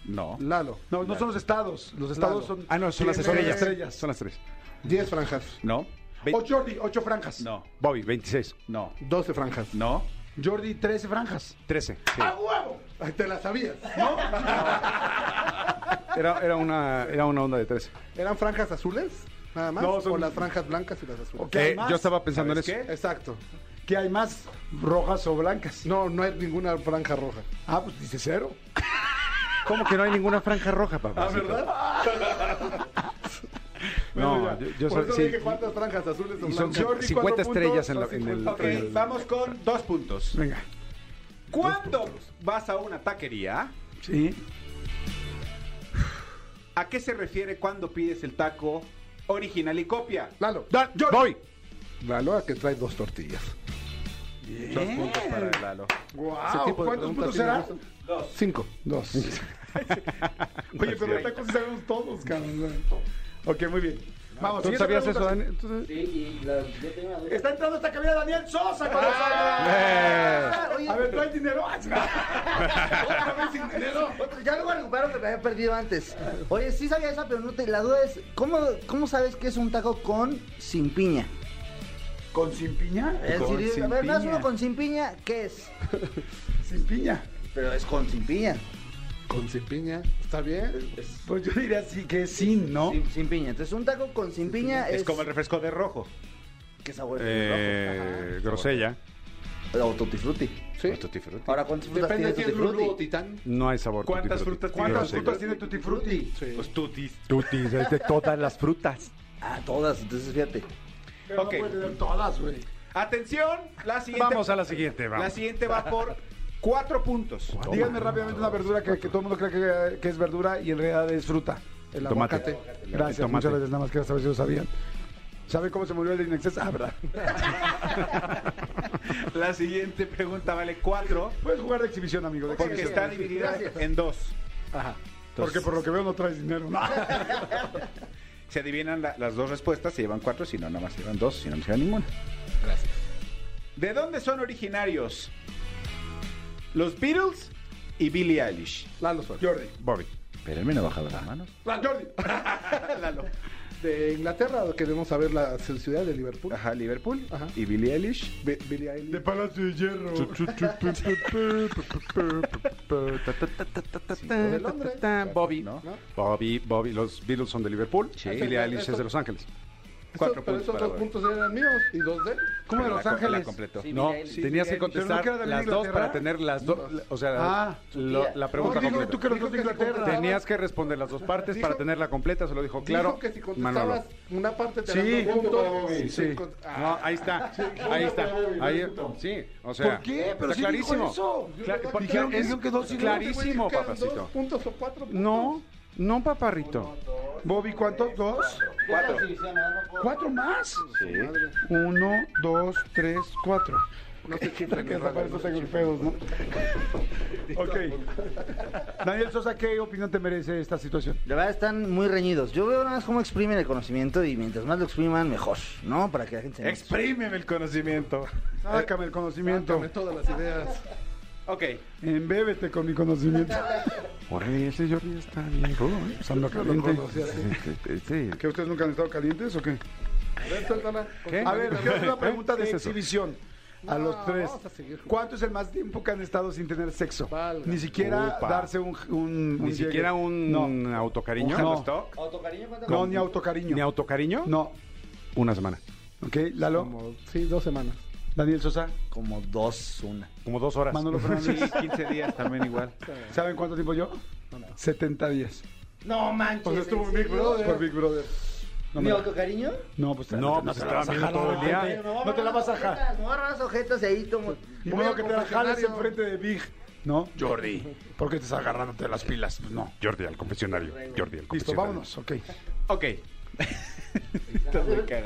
[SPEAKER 3] No.
[SPEAKER 4] Lalo.
[SPEAKER 2] No, no son los estados. Los estados son.
[SPEAKER 5] Ah, no, son las
[SPEAKER 2] tienen
[SPEAKER 5] estrellas.
[SPEAKER 2] estrellas.
[SPEAKER 5] Son las tres.
[SPEAKER 4] Diez franjas.
[SPEAKER 3] No. Ve-
[SPEAKER 2] O Jordi, ocho franjas.
[SPEAKER 3] No.
[SPEAKER 5] Bobby, 26.
[SPEAKER 3] No.
[SPEAKER 4] Doce franjas.
[SPEAKER 3] No.
[SPEAKER 2] Jordi, 13 franjas.
[SPEAKER 5] 13. sí.
[SPEAKER 4] ¡A huevo! Ay, Te la sabías.
[SPEAKER 5] Era, era, una, era una onda de 13.
[SPEAKER 4] ¿Eran franjas azules? Nada más.
[SPEAKER 2] No, son-
[SPEAKER 4] O las franjas blancas y las azules.
[SPEAKER 2] ¿Qué hay
[SPEAKER 5] Eh,
[SPEAKER 2] más?
[SPEAKER 5] yo estaba pensando en eso.
[SPEAKER 3] ¿Sabes
[SPEAKER 4] Exacto.
[SPEAKER 2] ¿Qué hay más? ¿Rojas o blancas?
[SPEAKER 4] No, no hay ninguna franja roja.
[SPEAKER 2] Ah, pues dice cero.
[SPEAKER 5] ¿Cómo que no hay ninguna franja roja,
[SPEAKER 2] Ah,
[SPEAKER 5] papá? No,
[SPEAKER 2] Bueno, ya.
[SPEAKER 5] yo, yo
[SPEAKER 4] Por
[SPEAKER 5] soy-
[SPEAKER 4] eso
[SPEAKER 5] sí.
[SPEAKER 4] dije cuántas franjas azules o
[SPEAKER 5] Y son
[SPEAKER 4] blancas.
[SPEAKER 2] Jordi,
[SPEAKER 5] 50
[SPEAKER 2] cuatro
[SPEAKER 5] estrellas en, la-
[SPEAKER 2] puntos,
[SPEAKER 5] en el...
[SPEAKER 2] cincuenta.
[SPEAKER 5] en
[SPEAKER 3] Ok,
[SPEAKER 5] el-
[SPEAKER 3] vamos con dos puntos.
[SPEAKER 2] Venga.
[SPEAKER 3] ¿Cuándo vas a una taquería?
[SPEAKER 2] Sí.
[SPEAKER 3] ¿A qué se refiere cuando pides el taco original y copia?
[SPEAKER 4] Lalo.
[SPEAKER 5] Da- Bobby.
[SPEAKER 4] Lalo, a que trae dos tortillas.
[SPEAKER 3] Dos puntos para Lalo.
[SPEAKER 4] Ese
[SPEAKER 2] Wow,
[SPEAKER 4] tipo de
[SPEAKER 2] ¿Cuántos
[SPEAKER 4] preguntas
[SPEAKER 2] puntos
[SPEAKER 4] sí me
[SPEAKER 2] será?
[SPEAKER 4] gustan.
[SPEAKER 3] Dos.
[SPEAKER 4] Cinco. Dos.
[SPEAKER 2] Oye, pero esta cosa sabemos todos, cabrón. Ok, muy bien. Vamos,
[SPEAKER 5] ¿Tú
[SPEAKER 2] siguiente
[SPEAKER 5] sabías eso,
[SPEAKER 2] pregunta.
[SPEAKER 5] Dani? ¿Tú sabías?
[SPEAKER 2] Está entrando esta cabina Daniel Sosa con nosotros. A ver, trae dinero. Ah, Otra vez sin dinero.
[SPEAKER 6] Otro- Ya luego recupero que me había perdido antes. Oye, sí sabía esa, pero no te, la duda es, ¿cómo, ¿cómo sabes que es un taco con sin piña?
[SPEAKER 2] ¿Con sin piña?
[SPEAKER 6] Es
[SPEAKER 2] Con
[SPEAKER 6] decir,
[SPEAKER 2] sin
[SPEAKER 6] a ver, ¿me das
[SPEAKER 2] piña.
[SPEAKER 6] uno con sin piña? ¿Qué es?
[SPEAKER 2] Sin piña.
[SPEAKER 6] Pero es con sin piña.
[SPEAKER 4] Con cepiña. ¿Está bien?
[SPEAKER 2] Pues yo diría sí que es sin, ¿no?
[SPEAKER 6] Sin, sin piña. Entonces, un taco con sin piña es...
[SPEAKER 3] Es como el refresco de rojo.
[SPEAKER 6] ¿Qué sabor es?
[SPEAKER 5] Eh, grosella.
[SPEAKER 6] Rojo. O tutti frutti.
[SPEAKER 4] Sí.
[SPEAKER 6] Ahora, ¿cuántas frutas
[SPEAKER 4] Depende si
[SPEAKER 6] tiene
[SPEAKER 4] es
[SPEAKER 6] tutti frutti?
[SPEAKER 4] Lulú o Titán.
[SPEAKER 5] No hay sabor.
[SPEAKER 3] ¿Cuántas
[SPEAKER 5] Tutti
[SPEAKER 3] frutas
[SPEAKER 5] frutti.
[SPEAKER 3] tiene?
[SPEAKER 2] ¿Cuántas
[SPEAKER 5] Grosella.
[SPEAKER 2] frutas tiene Tutti Frutti?
[SPEAKER 4] Sí.
[SPEAKER 3] Pues tutis.
[SPEAKER 5] Tutis, es de todas las frutas.
[SPEAKER 6] Ah, todas. Entonces, fíjate.
[SPEAKER 2] Pero
[SPEAKER 3] Ok.
[SPEAKER 2] No puede tener todas, güey.
[SPEAKER 3] Atención, la siguiente.
[SPEAKER 5] Vamos a la siguiente,
[SPEAKER 3] La
[SPEAKER 5] vamos.
[SPEAKER 3] siguiente va por cuatro puntos.
[SPEAKER 2] Díganme rápidamente una verdura que, que todo el mundo cree que, que es verdura y en realidad es fruta. El
[SPEAKER 5] Tomate.
[SPEAKER 2] aguacate.
[SPEAKER 5] El
[SPEAKER 2] Gracias,
[SPEAKER 5] tomate.
[SPEAKER 2] muchas gracias. Nada más quería saber si lo sabían. ¿Saben cómo se murió el Inexcess? Ah, ¿verdad?
[SPEAKER 3] La siguiente pregunta vale cuatro
[SPEAKER 2] Puedes jugar de exhibición, amigo. de
[SPEAKER 3] porque
[SPEAKER 2] exhibición.
[SPEAKER 3] está dividida en dos.
[SPEAKER 2] Ajá. Porque por lo que veo no traes dinero. No.
[SPEAKER 3] Se adivinan la- las dos respuestas, se llevan cuatro, si no, nada más se llevan dos, si no, no se llevan ninguna. Gracias. ¿De dónde son originarios los Beatles y Billie Eilish?
[SPEAKER 4] Lalo Suárez.
[SPEAKER 2] Jordi.
[SPEAKER 5] Bobby.
[SPEAKER 3] Pero él me no ha bajado las manos.
[SPEAKER 4] ¡Ah, Jordi! Lalo. De Inglaterra queremos saber la ciudad de Liverpool.
[SPEAKER 3] Ajá, Liverpool.
[SPEAKER 4] Ajá.
[SPEAKER 3] Y Billie Eilish.
[SPEAKER 4] Bi- Billie Eilish.
[SPEAKER 2] Palacio de Hierro.
[SPEAKER 4] de Londres.
[SPEAKER 5] Bobby,
[SPEAKER 3] ¿No?
[SPEAKER 4] ¿No?
[SPEAKER 5] Bobby, Bobby, los Beatles son de Liverpool,
[SPEAKER 3] Sí.
[SPEAKER 5] Billie Eilish es de Los Ángeles.
[SPEAKER 4] Esos-
[SPEAKER 3] Cuatro
[SPEAKER 4] pero
[SPEAKER 3] puntos
[SPEAKER 4] esos
[SPEAKER 3] para
[SPEAKER 4] dos
[SPEAKER 3] Bobby.
[SPEAKER 4] puntos eran míos y dos de él.
[SPEAKER 2] ¿Cómo de Los
[SPEAKER 3] Pero la co- la
[SPEAKER 2] Ángeles?
[SPEAKER 3] completó.
[SPEAKER 7] Sí,
[SPEAKER 5] No,
[SPEAKER 7] Billie Eilish.
[SPEAKER 5] tenías que
[SPEAKER 2] Pero no
[SPEAKER 5] contestar
[SPEAKER 2] queda también
[SPEAKER 5] las dos
[SPEAKER 2] Inglaterra.
[SPEAKER 5] para tener las dos, o sea,
[SPEAKER 2] Ah,
[SPEAKER 5] lo-
[SPEAKER 6] tía.
[SPEAKER 5] la
[SPEAKER 2] No,
[SPEAKER 5] pregunta
[SPEAKER 2] digo,
[SPEAKER 5] completa.
[SPEAKER 2] tú que eres
[SPEAKER 4] Dijo
[SPEAKER 2] de
[SPEAKER 4] que sí
[SPEAKER 2] Inglaterra.
[SPEAKER 4] contestaba.
[SPEAKER 5] Tenías que responder las dos partes
[SPEAKER 4] Dijo-
[SPEAKER 5] para tenerla completa, se lo dijo
[SPEAKER 4] Dijo
[SPEAKER 5] claro.
[SPEAKER 4] que si
[SPEAKER 5] Manolo.
[SPEAKER 4] contestabas una parte te
[SPEAKER 5] Sí,
[SPEAKER 4] daban un punto.
[SPEAKER 5] sí.
[SPEAKER 4] Si cont-
[SPEAKER 5] No,
[SPEAKER 4] Ah,
[SPEAKER 5] ahí está, ahí está, ahí, sí, o sea,
[SPEAKER 2] ¿Por qué? Pero
[SPEAKER 5] está
[SPEAKER 2] sí
[SPEAKER 5] clarísimo.
[SPEAKER 2] dijo eso.
[SPEAKER 5] Cla-
[SPEAKER 4] Dijeron-
[SPEAKER 5] porque
[SPEAKER 4] dijeron que
[SPEAKER 5] es
[SPEAKER 2] dijo que dos y dos.
[SPEAKER 5] clarísimo,
[SPEAKER 4] Este güey dijo que eran
[SPEAKER 5] papacito.
[SPEAKER 4] Dos puntos o cuatro puntos.
[SPEAKER 5] No, no, paparrito.
[SPEAKER 2] Bobby, ¿cuántos? ¿Dos?
[SPEAKER 6] Cuatro. Cuatro.
[SPEAKER 2] ¿Cuatro más?
[SPEAKER 5] Uno, dos, tres, cuatro.
[SPEAKER 4] No sé quién fue que
[SPEAKER 2] Aparte tengo el pedo, ¿no? ok. Daniel Sosa, ¿qué opinión te merece esta situación?
[SPEAKER 6] La verdad están muy reñidos. Yo veo nada más cómo exprimen el conocimiento y mientras más lo expriman, mejor, ¿no? Para que la gente se enganche.
[SPEAKER 5] Exprímeme el conocimiento.
[SPEAKER 3] Eh,
[SPEAKER 2] Sácame el conocimiento.
[SPEAKER 4] Sácame todas las ideas.
[SPEAKER 5] Ok.
[SPEAKER 2] Embébete con mi conocimiento.
[SPEAKER 5] Órale, ese Jordi está bien rudo, ¿eh?
[SPEAKER 2] Sando caliente. ¿Que ustedes nunca han estado calientes o qué?
[SPEAKER 4] A ver, suéltala.
[SPEAKER 5] ¿Qué? ¿Eh?
[SPEAKER 2] A ver, quiero hacer una pregunta
[SPEAKER 5] ¿Qué
[SPEAKER 2] de
[SPEAKER 5] es eso?
[SPEAKER 2] exhibición. A los
[SPEAKER 4] No,
[SPEAKER 2] tres.
[SPEAKER 4] vamos a seguir jugando.
[SPEAKER 2] ¿Cuánto es el más tiempo que han estado sin tener sexo?
[SPEAKER 4] Valga.
[SPEAKER 2] Ni siquiera
[SPEAKER 5] Upa.
[SPEAKER 2] darse un, un- un
[SPEAKER 5] Ni siquiera
[SPEAKER 2] llegue.
[SPEAKER 5] un
[SPEAKER 2] No,
[SPEAKER 5] autocariño.
[SPEAKER 2] No.
[SPEAKER 5] Stock?
[SPEAKER 6] ¿Autocariño cuánto?
[SPEAKER 2] no ni autocariño.
[SPEAKER 5] ¿Ni autocariño?
[SPEAKER 2] No.
[SPEAKER 5] Una semana.
[SPEAKER 2] ¿Ok? Lalo,
[SPEAKER 4] Como, sí, dos semanas.
[SPEAKER 2] Daniel Sosa,
[SPEAKER 6] Como dos, una.
[SPEAKER 5] Como dos horas.
[SPEAKER 2] Manolo Fernández.
[SPEAKER 3] 15 días también igual.
[SPEAKER 2] ¿Saben cuánto tiempo yo? 70 días.
[SPEAKER 6] No manches.
[SPEAKER 4] Pues estuvo
[SPEAKER 6] ¿en
[SPEAKER 4] en Big
[SPEAKER 6] serio?
[SPEAKER 4] Brother.
[SPEAKER 2] Por Big Brother. No,
[SPEAKER 6] ¿Ni
[SPEAKER 2] me la-
[SPEAKER 6] autocariño?
[SPEAKER 2] no, pues,
[SPEAKER 5] No, pues estaban viendo todo el día.
[SPEAKER 2] No te la vas a jalar.
[SPEAKER 6] No agarras ojetas y ahí como.
[SPEAKER 2] Y medio que te la jales
[SPEAKER 4] confesionario.
[SPEAKER 2] enfrente de Big. ¿No?
[SPEAKER 5] Jordi.
[SPEAKER 2] ¿Por qué te estás agarrándote las pilas? Pues no.
[SPEAKER 5] Jordi al confesionario. Jordi al confesionario.
[SPEAKER 2] Listo, vámonos. Ok.
[SPEAKER 3] Ok.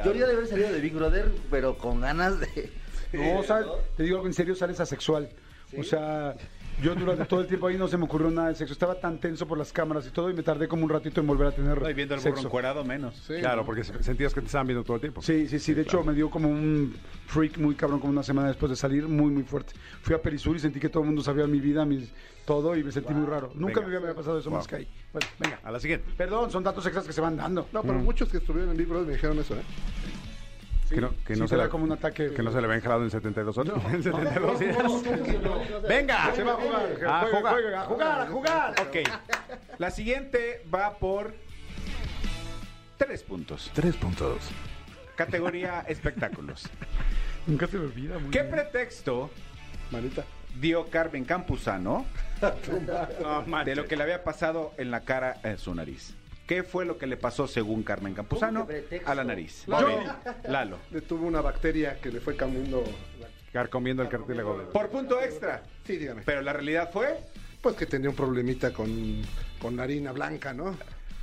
[SPEAKER 6] Yo ya de haber salido de Big Brother, pero con ganas de.
[SPEAKER 2] No, ¿sabes? te digo algo en serio, sales asexual. O sea, yo durante todo el tiempo ahí no se me ocurrió nada de sexo. Estaba tan tenso por las cámaras y todo y me tardé como un ratito en volver a tener
[SPEAKER 3] Estoy viendo el burro
[SPEAKER 2] sexo.
[SPEAKER 3] encuerado menos.
[SPEAKER 5] Claro, porque se- sentías que te estaban viendo todo el tiempo.
[SPEAKER 2] Sí, sí, sí. De hecho, me dio como un freak muy cabrón como una semana después de salir, muy, muy fuerte. Fui a Perisur y sentí que todo el mundo sabía mi vida, mis, todo, y me sentí muy raro. Nunca
[SPEAKER 5] Venga.
[SPEAKER 2] me había pasado eso más que ahí. Bueno, venga.
[SPEAKER 5] A la siguiente.
[SPEAKER 2] Perdón, son datos extras que se van dando.
[SPEAKER 4] No,
[SPEAKER 5] Mm.
[SPEAKER 4] pero muchos que estuvieron en Big Brother me dijeron eso, ¿eh?
[SPEAKER 5] que no, que
[SPEAKER 2] Sí,
[SPEAKER 5] no
[SPEAKER 2] te
[SPEAKER 5] se
[SPEAKER 2] da
[SPEAKER 5] la,
[SPEAKER 2] como un ataque.
[SPEAKER 5] que no se le habían jalado en 72 horas. En 72 días.
[SPEAKER 3] Venga.
[SPEAKER 2] Se va a jugar.
[SPEAKER 5] A
[SPEAKER 2] juega,
[SPEAKER 5] jugar.
[SPEAKER 2] juega, a jugar, a jugar.
[SPEAKER 3] Ok. La siguiente va por tres puntos.
[SPEAKER 1] Tres puntos.
[SPEAKER 3] Categoría espectáculos.
[SPEAKER 2] Nunca se me olvida. muy
[SPEAKER 3] ¿Qué
[SPEAKER 2] bien.
[SPEAKER 3] pretexto
[SPEAKER 4] Manita.
[SPEAKER 3] dio Carmen Campuzano de lo que le había pasado en la cara, en su nariz? ¿Qué fue lo que le pasó según Carmen Campuzano
[SPEAKER 6] ¿Cómo que pretexto?
[SPEAKER 3] a la nariz?
[SPEAKER 4] Lalo.
[SPEAKER 3] Yo. Lalo.
[SPEAKER 4] Le tuvo una bacteria que le fue cambiando la...
[SPEAKER 5] Carcomiendo el cartílago. del-
[SPEAKER 3] Por punto extra.
[SPEAKER 4] Sí, dígame.
[SPEAKER 3] Pero la realidad fue
[SPEAKER 4] Pues que tenía un problemita con, con la harina blanca, ¿no?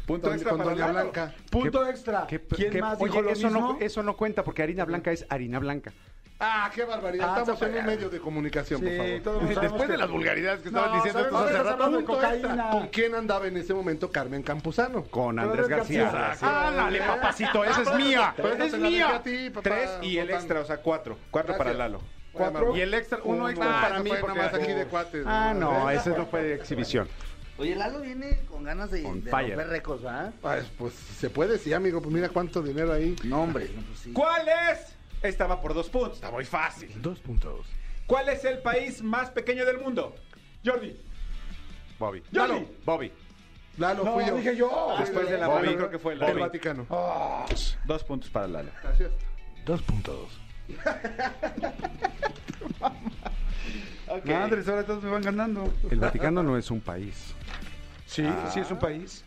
[SPEAKER 3] punto
[SPEAKER 4] Con-
[SPEAKER 3] extra
[SPEAKER 4] con
[SPEAKER 3] para
[SPEAKER 4] Doña
[SPEAKER 3] Lalo.
[SPEAKER 4] Blanca.
[SPEAKER 2] Punto extra.
[SPEAKER 5] ¿Qué-
[SPEAKER 2] ¿Quién
[SPEAKER 5] qué-
[SPEAKER 2] más
[SPEAKER 5] oye,
[SPEAKER 2] dijo lo
[SPEAKER 5] eso
[SPEAKER 2] mismo?
[SPEAKER 5] No, eso no cuenta porque harina blanca es harina blanca.
[SPEAKER 4] Ah, qué barbaridad.
[SPEAKER 2] Ah,
[SPEAKER 4] Estamos
[SPEAKER 2] está
[SPEAKER 4] en un
[SPEAKER 2] para-
[SPEAKER 4] medio de comunicación, por favor.
[SPEAKER 2] Sí, todos sabemos
[SPEAKER 5] Después
[SPEAKER 2] que-
[SPEAKER 5] de las vulgaridades que
[SPEAKER 2] No,
[SPEAKER 5] estaban diciendo
[SPEAKER 2] sabemos
[SPEAKER 5] estos
[SPEAKER 2] que
[SPEAKER 5] hace
[SPEAKER 2] estás
[SPEAKER 5] rato.
[SPEAKER 2] hablando de
[SPEAKER 4] Punto extra.
[SPEAKER 2] cocaína.
[SPEAKER 4] ¿Con quién andaba en ese momento Carmen Campuzano?
[SPEAKER 5] Con Andrés
[SPEAKER 2] Andrés
[SPEAKER 5] García.
[SPEAKER 2] García.
[SPEAKER 5] Ah, ¡Ándale, papacito! ¡Esa es mía!
[SPEAKER 4] Pero esa
[SPEAKER 5] ¡Es
[SPEAKER 4] te la dejé
[SPEAKER 5] mía!
[SPEAKER 4] a ti, papá.
[SPEAKER 3] tres y el
[SPEAKER 4] Botán.
[SPEAKER 3] extra, o sea, cuatro. Cuatro
[SPEAKER 4] Gracias.
[SPEAKER 3] para Lalo.
[SPEAKER 4] Cuatro.
[SPEAKER 5] Y el extra, uno,
[SPEAKER 4] Uno,
[SPEAKER 5] extra
[SPEAKER 4] ah,
[SPEAKER 5] para
[SPEAKER 4] eso
[SPEAKER 5] mí.
[SPEAKER 4] fue
[SPEAKER 5] Porque
[SPEAKER 4] nomás aquí de cuates,
[SPEAKER 5] Ah,
[SPEAKER 4] ¿no?
[SPEAKER 5] no, ese no fue de exhibición.
[SPEAKER 6] Oye, Lalo viene con ganas de,
[SPEAKER 5] On
[SPEAKER 6] de
[SPEAKER 5] fire.
[SPEAKER 6] romper récords, ¿verdad?
[SPEAKER 4] Pues, pues se puede, sí, amigo. Pues mira cuánto dinero ahí.
[SPEAKER 6] No, hombre. No, pues sí.
[SPEAKER 3] ¿Cuál es? Esta va por dos puntos. Está muy fácil.
[SPEAKER 1] Dos puntos.
[SPEAKER 3] ¿Cuál es el país más pequeño del mundo? Jordi.
[SPEAKER 5] Bobby.
[SPEAKER 3] Jordi.
[SPEAKER 5] Lalo. Bobby.
[SPEAKER 4] Lalo,
[SPEAKER 2] No,
[SPEAKER 4] fui yo.
[SPEAKER 2] dije yo.
[SPEAKER 4] Fui
[SPEAKER 3] Después de la
[SPEAKER 4] Lalo,
[SPEAKER 3] Bobby,
[SPEAKER 4] Lalo,
[SPEAKER 3] creo que fue
[SPEAKER 4] del
[SPEAKER 3] Bobby.
[SPEAKER 4] Vaticano.
[SPEAKER 3] Dos puntos para Lalo.
[SPEAKER 4] Gracias.
[SPEAKER 1] Dos puntos.
[SPEAKER 2] Madres, ahora todos me van ganando.
[SPEAKER 5] El Vaticano no es un país.
[SPEAKER 2] Sí, sí es un país.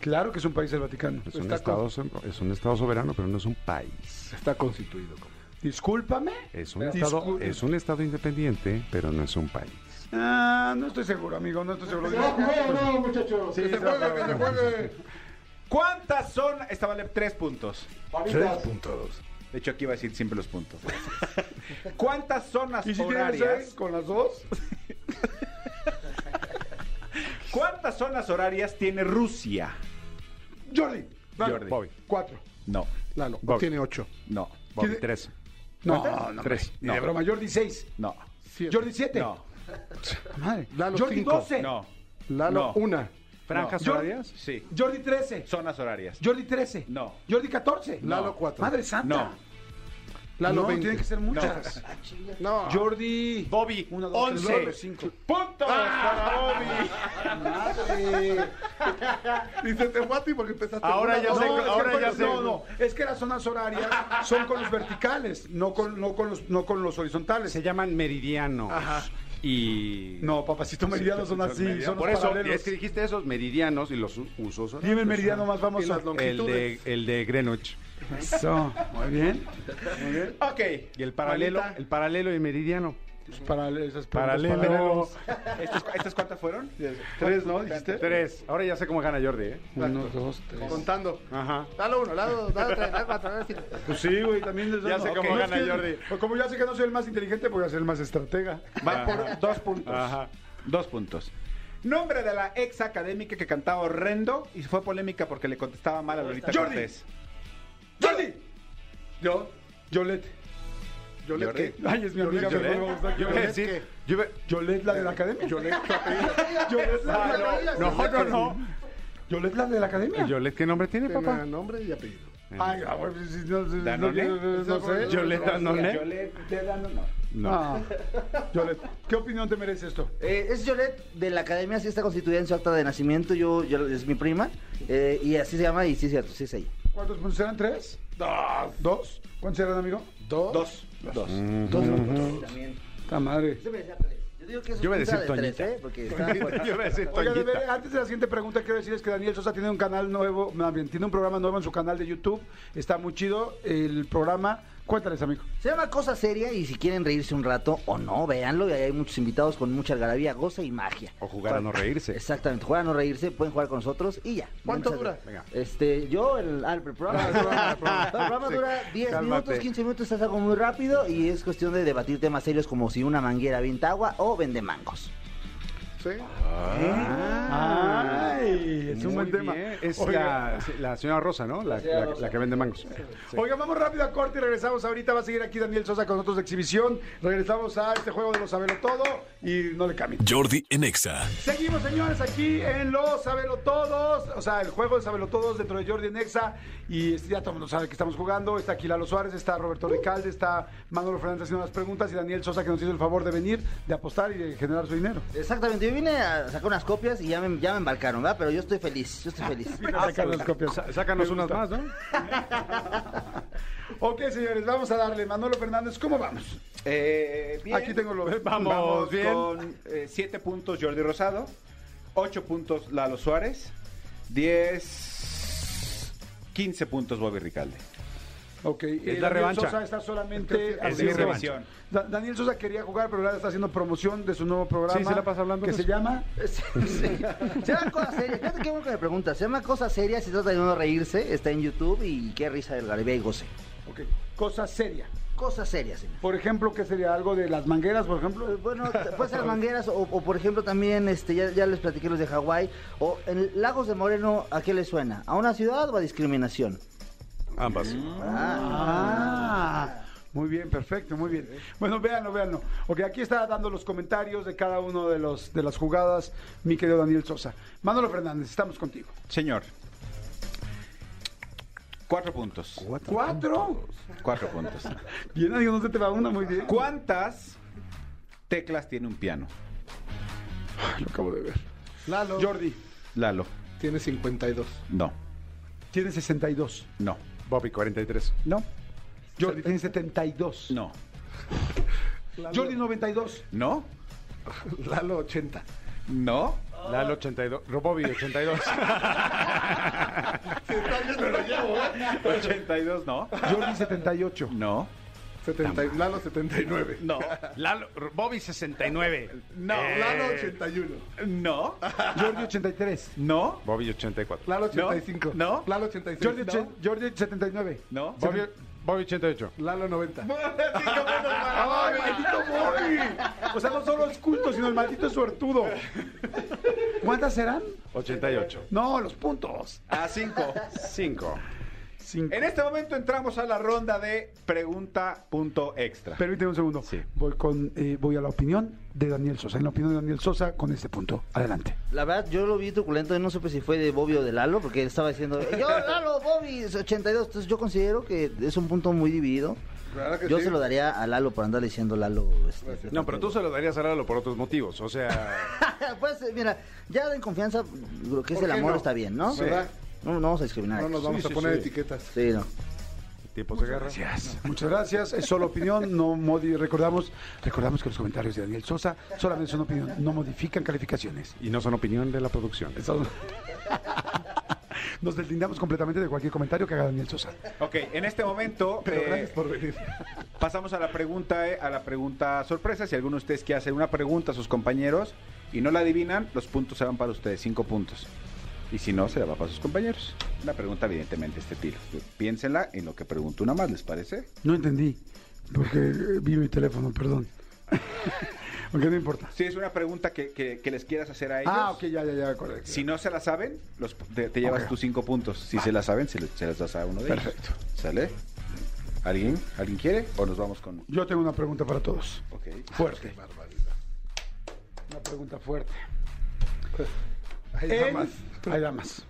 [SPEAKER 2] Claro que es un país el Vaticano.
[SPEAKER 5] Ah. Es un,
[SPEAKER 4] Está con-
[SPEAKER 5] estado, so- es un estado soberano, pero no es un país.
[SPEAKER 4] Está constituido. como-
[SPEAKER 2] Discúlpame.
[SPEAKER 5] Es un,
[SPEAKER 2] Pero-
[SPEAKER 5] estado,
[SPEAKER 2] Disculpe.
[SPEAKER 5] es un estado independiente, pero no es un país.
[SPEAKER 2] Ah, no estoy seguro, amigo, no estoy seguro.
[SPEAKER 4] muchachos.
[SPEAKER 2] Sí,
[SPEAKER 4] que se
[SPEAKER 2] está
[SPEAKER 4] juegue, que
[SPEAKER 2] bueno.
[SPEAKER 4] se juegue.
[SPEAKER 3] ¿Cuántas son? Esta vale tres puntos.
[SPEAKER 1] Tres puntos.
[SPEAKER 3] De hecho, aquí va a decir siempre los puntos. ¿Cuántas zonas
[SPEAKER 2] ¿Y si tienes seis
[SPEAKER 3] horarias?
[SPEAKER 2] con las dos?
[SPEAKER 3] ¿Cuántas zonas horarias tiene Rusia?
[SPEAKER 2] Jordi. dale.
[SPEAKER 3] Jordi.
[SPEAKER 5] Bobby.
[SPEAKER 2] Cuatro.
[SPEAKER 3] No,
[SPEAKER 4] Lalo,
[SPEAKER 5] Bobby.
[SPEAKER 4] tiene ocho.
[SPEAKER 3] no,
[SPEAKER 5] Bobby,
[SPEAKER 2] ¿Quién-
[SPEAKER 5] tres.
[SPEAKER 2] No, no.
[SPEAKER 5] Tres.
[SPEAKER 2] Ni de broma, Jordi seis.
[SPEAKER 3] no,
[SPEAKER 4] Siete.
[SPEAKER 2] Jordi siete.
[SPEAKER 3] no,
[SPEAKER 2] Madre.
[SPEAKER 4] Lalo,
[SPEAKER 2] Jordi
[SPEAKER 4] cinco.
[SPEAKER 2] doce.
[SPEAKER 3] no.
[SPEAKER 4] Lalo,
[SPEAKER 3] No.
[SPEAKER 4] una.
[SPEAKER 3] ¿Franjas
[SPEAKER 2] Yo-
[SPEAKER 3] horarias? Sí.
[SPEAKER 2] Jordi 13.
[SPEAKER 3] Zonas horarias.
[SPEAKER 2] Jordi 13.
[SPEAKER 3] No.
[SPEAKER 2] Jordi 14.
[SPEAKER 4] No. Lalo 4.
[SPEAKER 2] Madre santa.
[SPEAKER 3] No.
[SPEAKER 4] Lalo
[SPEAKER 2] no,
[SPEAKER 4] 20.
[SPEAKER 2] tienen que ser muchas.
[SPEAKER 4] No.
[SPEAKER 2] Jordi.
[SPEAKER 3] Bobby,
[SPEAKER 2] 1, 2,
[SPEAKER 3] 11.
[SPEAKER 2] 3, 4, 5.
[SPEAKER 3] ¡Puntos para Bobby!
[SPEAKER 2] Madre.
[SPEAKER 4] Dice, te fue a ti porque empezaste.
[SPEAKER 3] Ahora
[SPEAKER 4] una,
[SPEAKER 3] ya
[SPEAKER 4] dos,
[SPEAKER 3] sé-
[SPEAKER 2] No, es que
[SPEAKER 3] ahora
[SPEAKER 2] con
[SPEAKER 3] ya
[SPEAKER 2] los-
[SPEAKER 3] sé.
[SPEAKER 2] no, no, es que las zonas horarias son con los verticales, no con, no con, los, no con los horizontales.
[SPEAKER 5] Se llaman meridianos. Y.
[SPEAKER 2] No, papacito, meridianos son así, son
[SPEAKER 5] Por
[SPEAKER 2] los
[SPEAKER 5] eso,
[SPEAKER 2] paralelos.
[SPEAKER 5] es que dijiste esos meridianos y los u- usos. horarios.
[SPEAKER 2] Dime el meridiano más
[SPEAKER 4] Y
[SPEAKER 2] famoso.
[SPEAKER 4] las long-
[SPEAKER 5] El de,
[SPEAKER 4] longitudes.
[SPEAKER 5] el de Greenwich.
[SPEAKER 2] Eso, muy bien.
[SPEAKER 3] Ok.
[SPEAKER 5] Y el paralelo,
[SPEAKER 3] Juanita,
[SPEAKER 5] el paralelo y meridiano.
[SPEAKER 2] Pues paralelo, esas
[SPEAKER 5] Paralelo.
[SPEAKER 2] paralelos.
[SPEAKER 3] ¿Estas, estas cuántas fueron?
[SPEAKER 2] Tres, ¿no? Dijiste.
[SPEAKER 5] Tres. Ahora ya sé cómo gana Jordi, ¿eh?
[SPEAKER 2] Uno, dos, tres.
[SPEAKER 4] Contando.
[SPEAKER 5] Ajá.
[SPEAKER 4] Lalo 1, Lalo 2, Lalo 3, Lalo 4, Lalo 5.
[SPEAKER 2] Pues sí, güey, también les
[SPEAKER 3] Ya sé cómo gana Jordi.
[SPEAKER 2] pues Como ya sé que no soy el más inteligente, pues voy a ser el más estratega.
[SPEAKER 3] Va por dos puntos.
[SPEAKER 5] Ajá.
[SPEAKER 3] Dos puntos. Nombre de la ex académica que cantaba horrendo y fue polémica porque le contestaba mal a Lolita
[SPEAKER 2] Jordi.
[SPEAKER 3] Cortés.
[SPEAKER 2] ¡Jordi! Yo, Yolette.
[SPEAKER 4] Yolet,
[SPEAKER 3] Jordi.
[SPEAKER 4] ¿qué?
[SPEAKER 2] Ay, es mi amiga,
[SPEAKER 4] Yolette,
[SPEAKER 2] pero no me gusta.
[SPEAKER 5] Yo iba a
[SPEAKER 2] Yolette,
[SPEAKER 5] decir, yo iba- Eh,
[SPEAKER 2] Yolette, la de la academia.
[SPEAKER 4] Yolet, tu apellido.
[SPEAKER 2] Yolette, la de la academia.
[SPEAKER 5] Ah, No, no, no. Eh,
[SPEAKER 2] Yolette, la de la academia.
[SPEAKER 5] Yolet, ¿qué nombre tiene,
[SPEAKER 4] Tiene
[SPEAKER 5] papá?
[SPEAKER 4] nombre y apellido.
[SPEAKER 2] Ay, ah, güey, pues, no, no, no,
[SPEAKER 3] ¿Danone?
[SPEAKER 2] no, no sé.
[SPEAKER 5] Yolet Danone.
[SPEAKER 3] le, te dando no.
[SPEAKER 5] No.
[SPEAKER 2] Ah, Yolette, ¿qué opinión te merece esto?
[SPEAKER 6] Eh, es Yolette de la academia, sí está constituida en su acta de nacimiento. Yo, yo- es mi prima. eh, y así se llama, y sí es cierto, sí es ella.
[SPEAKER 2] ¿Cuántos puntos eran? ¿Tres? Dos. ¿Dos? ¿Cuántos eran, amigo?
[SPEAKER 4] Dos.
[SPEAKER 3] Dos. Dos.
[SPEAKER 4] Dos. dos.
[SPEAKER 6] También.
[SPEAKER 2] Ta madre.
[SPEAKER 6] Yo me decía tres. Yo digo que eso
[SPEAKER 5] Yo iba a
[SPEAKER 6] es punta
[SPEAKER 5] decir
[SPEAKER 6] de tres,
[SPEAKER 5] Toñita.
[SPEAKER 6] ¿eh? Porque está fuerte.
[SPEAKER 5] Yo iba a decir
[SPEAKER 2] Oiga, de ver-
[SPEAKER 5] Toñita.
[SPEAKER 2] antes de la siguiente pregunta, quiero decirles que Daniel Sosa tiene un canal nuevo, más bien, tiene un programa nuevo en su canal de YouTube. Está muy chido el programa. Cuéntales, amigo.
[SPEAKER 6] Se llama Cosa Seria y si quieren reírse un rato o no, véanlo. Y ahí hay muchos invitados con mucha algarabía, goza y magia.
[SPEAKER 5] O jugar a no reírse.
[SPEAKER 6] Exactamente, juegan a no reírse, pueden jugar con nosotros y ya.
[SPEAKER 4] ¿Cuánto
[SPEAKER 6] Muchas
[SPEAKER 4] dura?
[SPEAKER 6] gracias. Este, yo, el, ah, el programa, el programa, el programa. El programa dura 10
[SPEAKER 5] cálmate.
[SPEAKER 6] minutos, 15 minutos, es algo muy rápido y es cuestión de debatir temas serios como si una manguera avienta agua o vende mangos.
[SPEAKER 4] Sí.
[SPEAKER 2] Ay, es un
[SPEAKER 5] Muy
[SPEAKER 2] buen tema.
[SPEAKER 5] bien. Es
[SPEAKER 2] Oiga,
[SPEAKER 5] la, la señora Rosa, ¿no? La, la- la que vende mangos.
[SPEAKER 2] oiga, vamos rápido a corte y regresamos ahorita. Va a seguir aquí Daniel Sosa con nosotros de exhibición. Regresamos a este juego de los Sabelo Todo y no le cambien.
[SPEAKER 1] Jordi en Exa.
[SPEAKER 2] Seguimos, señores, aquí en Los Sabelo Todos, o sea, el juego de Sabelo Todos dentro de Jordi Nexa. Y este, ya todo el mundo sabe que estamos jugando. Está aquí Lalo Suárez, está Roberto Ricalde, está Manolo Fernández haciendo las preguntas y Daniel Sosa que nos hizo el favor de venir, de apostar y de generar su dinero.
[SPEAKER 6] Exactamente, yo vine a sacar unas copias y ya me, ya me embarcaron, ¿verdad? Pero yo estoy feliz, yo estoy feliz.
[SPEAKER 2] Sacar las copias.
[SPEAKER 5] Sa- Sácanos
[SPEAKER 2] Me
[SPEAKER 5] unas
[SPEAKER 2] gusta.
[SPEAKER 5] más, ¿no?
[SPEAKER 2] Ok, señores, vamos a darle. Manolo Fernández, ¿cómo vamos?
[SPEAKER 3] Eh, bien.
[SPEAKER 2] Aquí tengo lo
[SPEAKER 3] Vamos,
[SPEAKER 5] Vamos bien.
[SPEAKER 3] con eh, siete puntos Jordi Rosado, ocho puntos Lalo Suárez, diez, quince puntos Bobby Ricalde.
[SPEAKER 2] Ok, eh,
[SPEAKER 5] Es
[SPEAKER 2] Daniel
[SPEAKER 5] la revancha.
[SPEAKER 2] Sosa está solamente
[SPEAKER 5] Es
[SPEAKER 2] haciendo-
[SPEAKER 5] mi revancha.
[SPEAKER 2] Da- Daniel Sosa quería jugar, pero ahora está haciendo promoción de su nuevo programa.
[SPEAKER 5] Sí, se la pasa hablando
[SPEAKER 2] Que
[SPEAKER 5] de
[SPEAKER 2] se
[SPEAKER 5] eso.
[SPEAKER 2] llama.
[SPEAKER 6] Sí, sí. Se llama Cosa Seria. Fíjate qué bueno que me preguntas. Se llama Cosa Seria. Si trata de no reírse, está en YouTube y qué risa del Garibay y goce.
[SPEAKER 2] Ok, cosa seria.
[SPEAKER 6] Cosa Seria, señor.
[SPEAKER 2] Por ejemplo, ¿qué sería? ¿Algo de las mangueras, por
[SPEAKER 6] Eh,
[SPEAKER 2] ejemplo?
[SPEAKER 6] Bueno, te- puede ser mangueras o, o, por ejemplo también, este, ya, ya les platiqué los de Hawái. O en Lagos de Moreno, ¿a qué le suena? ¿A una ciudad o a discriminación?
[SPEAKER 5] Ambas.
[SPEAKER 2] Ah, muy bien, perfecto, muy bien. Bueno, véanlo, véanlo. Ok, aquí está dando los comentarios de cada uno de, los, de las jugadas, mi querido Daniel Sosa. Manolo Fernández, estamos contigo.
[SPEAKER 3] Señor. Cuatro puntos.
[SPEAKER 2] ¿Cuatro?
[SPEAKER 3] Cuatro puntos.
[SPEAKER 2] Bien, amigo, no se te va una, muy bien.
[SPEAKER 3] ¿Cuántas teclas tiene un piano?
[SPEAKER 4] Lo acabo de ver. Lalo.
[SPEAKER 2] Jordi,
[SPEAKER 3] Lalo.
[SPEAKER 4] Tiene 52.
[SPEAKER 3] No.
[SPEAKER 2] tiene 62.
[SPEAKER 3] No.
[SPEAKER 5] Bobby, 43.
[SPEAKER 2] No. Jordi tiene 72.
[SPEAKER 3] No.
[SPEAKER 2] Jordi 92.
[SPEAKER 3] No.
[SPEAKER 4] Lalo 80.
[SPEAKER 3] No.
[SPEAKER 5] Lalo, 82. Ro- Bobby, 82.
[SPEAKER 3] 82, no.
[SPEAKER 2] Jordi 78.
[SPEAKER 3] No.
[SPEAKER 4] 70, Lalo 79.
[SPEAKER 3] No.
[SPEAKER 5] Lalo, Bobby, 69.
[SPEAKER 3] No.
[SPEAKER 4] Lalo 81.
[SPEAKER 3] No.
[SPEAKER 2] Jordi 83.
[SPEAKER 3] No.
[SPEAKER 5] Bobby, 84.
[SPEAKER 4] Lalo 85.
[SPEAKER 3] no.
[SPEAKER 4] Lalo 86.
[SPEAKER 2] Jordi,
[SPEAKER 4] no.
[SPEAKER 2] ochen- Jordi 79.
[SPEAKER 3] No.
[SPEAKER 5] Bobby, Bobby, 88.
[SPEAKER 4] Lalo 90.
[SPEAKER 2] ¡Ay, maldito Bobby! O sea, no solo es culto, sino el maldito es suertudo. ¿Cuántas serán?
[SPEAKER 5] 88.
[SPEAKER 2] No, los puntos.
[SPEAKER 3] A 5.
[SPEAKER 5] 5.
[SPEAKER 2] Cinco.
[SPEAKER 5] En este momento entramos a la ronda de pregunta punto extra.
[SPEAKER 2] Permíteme un segundo.
[SPEAKER 5] Sí.
[SPEAKER 2] Voy, con, eh, voy a la opinión de Daniel Sosa. En la opinión de Daniel Sosa, con este punto. Adelante.
[SPEAKER 6] La verdad, yo lo vi truculento y no supe si fue de Bobby o de Lalo, porque él estaba diciendo, yo, Lalo, Bobby, es 82. Entonces yo considero que es un punto muy dividido.
[SPEAKER 4] Claro que
[SPEAKER 6] yo
[SPEAKER 4] sí.
[SPEAKER 6] se lo daría a Lalo por andar diciendo Lalo. este,
[SPEAKER 5] No, pero tú se lo darías a Lalo por otros motivos. O sea,
[SPEAKER 6] pues eh, mira, ya en confianza, lo que es
[SPEAKER 4] ¿Por
[SPEAKER 6] el
[SPEAKER 4] qué
[SPEAKER 6] amor
[SPEAKER 4] no?
[SPEAKER 6] está bien, ¿no?
[SPEAKER 4] Sí. ¿Verdad?
[SPEAKER 6] No, no vamos a discriminar.
[SPEAKER 4] No nos vamos
[SPEAKER 5] Sí, sí,
[SPEAKER 4] a poner
[SPEAKER 5] sí.
[SPEAKER 4] etiquetas.
[SPEAKER 6] Sí, no.
[SPEAKER 5] tiempos de guerra.
[SPEAKER 2] Muchas gracias. Es solo opinión, no modi recordamos, recordamos que los comentarios de Daniel Sosa solamente son opinión, no modifican calificaciones.
[SPEAKER 5] Y no son opinión de la producción.
[SPEAKER 2] Estamos- Nos deslindamos completamente de cualquier comentario que haga Daniel Sosa.
[SPEAKER 5] Ok, en este momento
[SPEAKER 2] Pero
[SPEAKER 5] eh,
[SPEAKER 2] gracias por venir.
[SPEAKER 5] pasamos a la pregunta eh, a la pregunta sorpresa. Si alguno de ustedes quiere hacer una pregunta a sus compañeros y no la adivinan, los puntos se van para ustedes, cinco puntos. Y si no, se la va para sus compañeros. Una pregunta evidentemente de este tiro. Piénsenla en lo que pregunto una más, ¿les parece?
[SPEAKER 2] No entendí, porque eh, vi mi teléfono, perdón. Aunque no importa.
[SPEAKER 5] Si es una pregunta que, que- que les quieras hacer a ellos.
[SPEAKER 2] Ah, ok, ya, ya, ya, correcto.
[SPEAKER 5] Si no se la saben, los, te, te llevas
[SPEAKER 2] Ok.
[SPEAKER 5] tus cinco puntos. Si se la saben, se, le- se las das a uno de ellos.
[SPEAKER 2] Perfecto.
[SPEAKER 5] ¿Sale? ¿Alguien? ¿Alguien quiere? ¿O nos vamos con...?
[SPEAKER 2] Yo tengo una pregunta para todos.
[SPEAKER 5] Ok.
[SPEAKER 2] Fuerte. Una pregunta fuerte.
[SPEAKER 4] Ay,
[SPEAKER 2] En-
[SPEAKER 4] nada más.
[SPEAKER 2] Hay damas.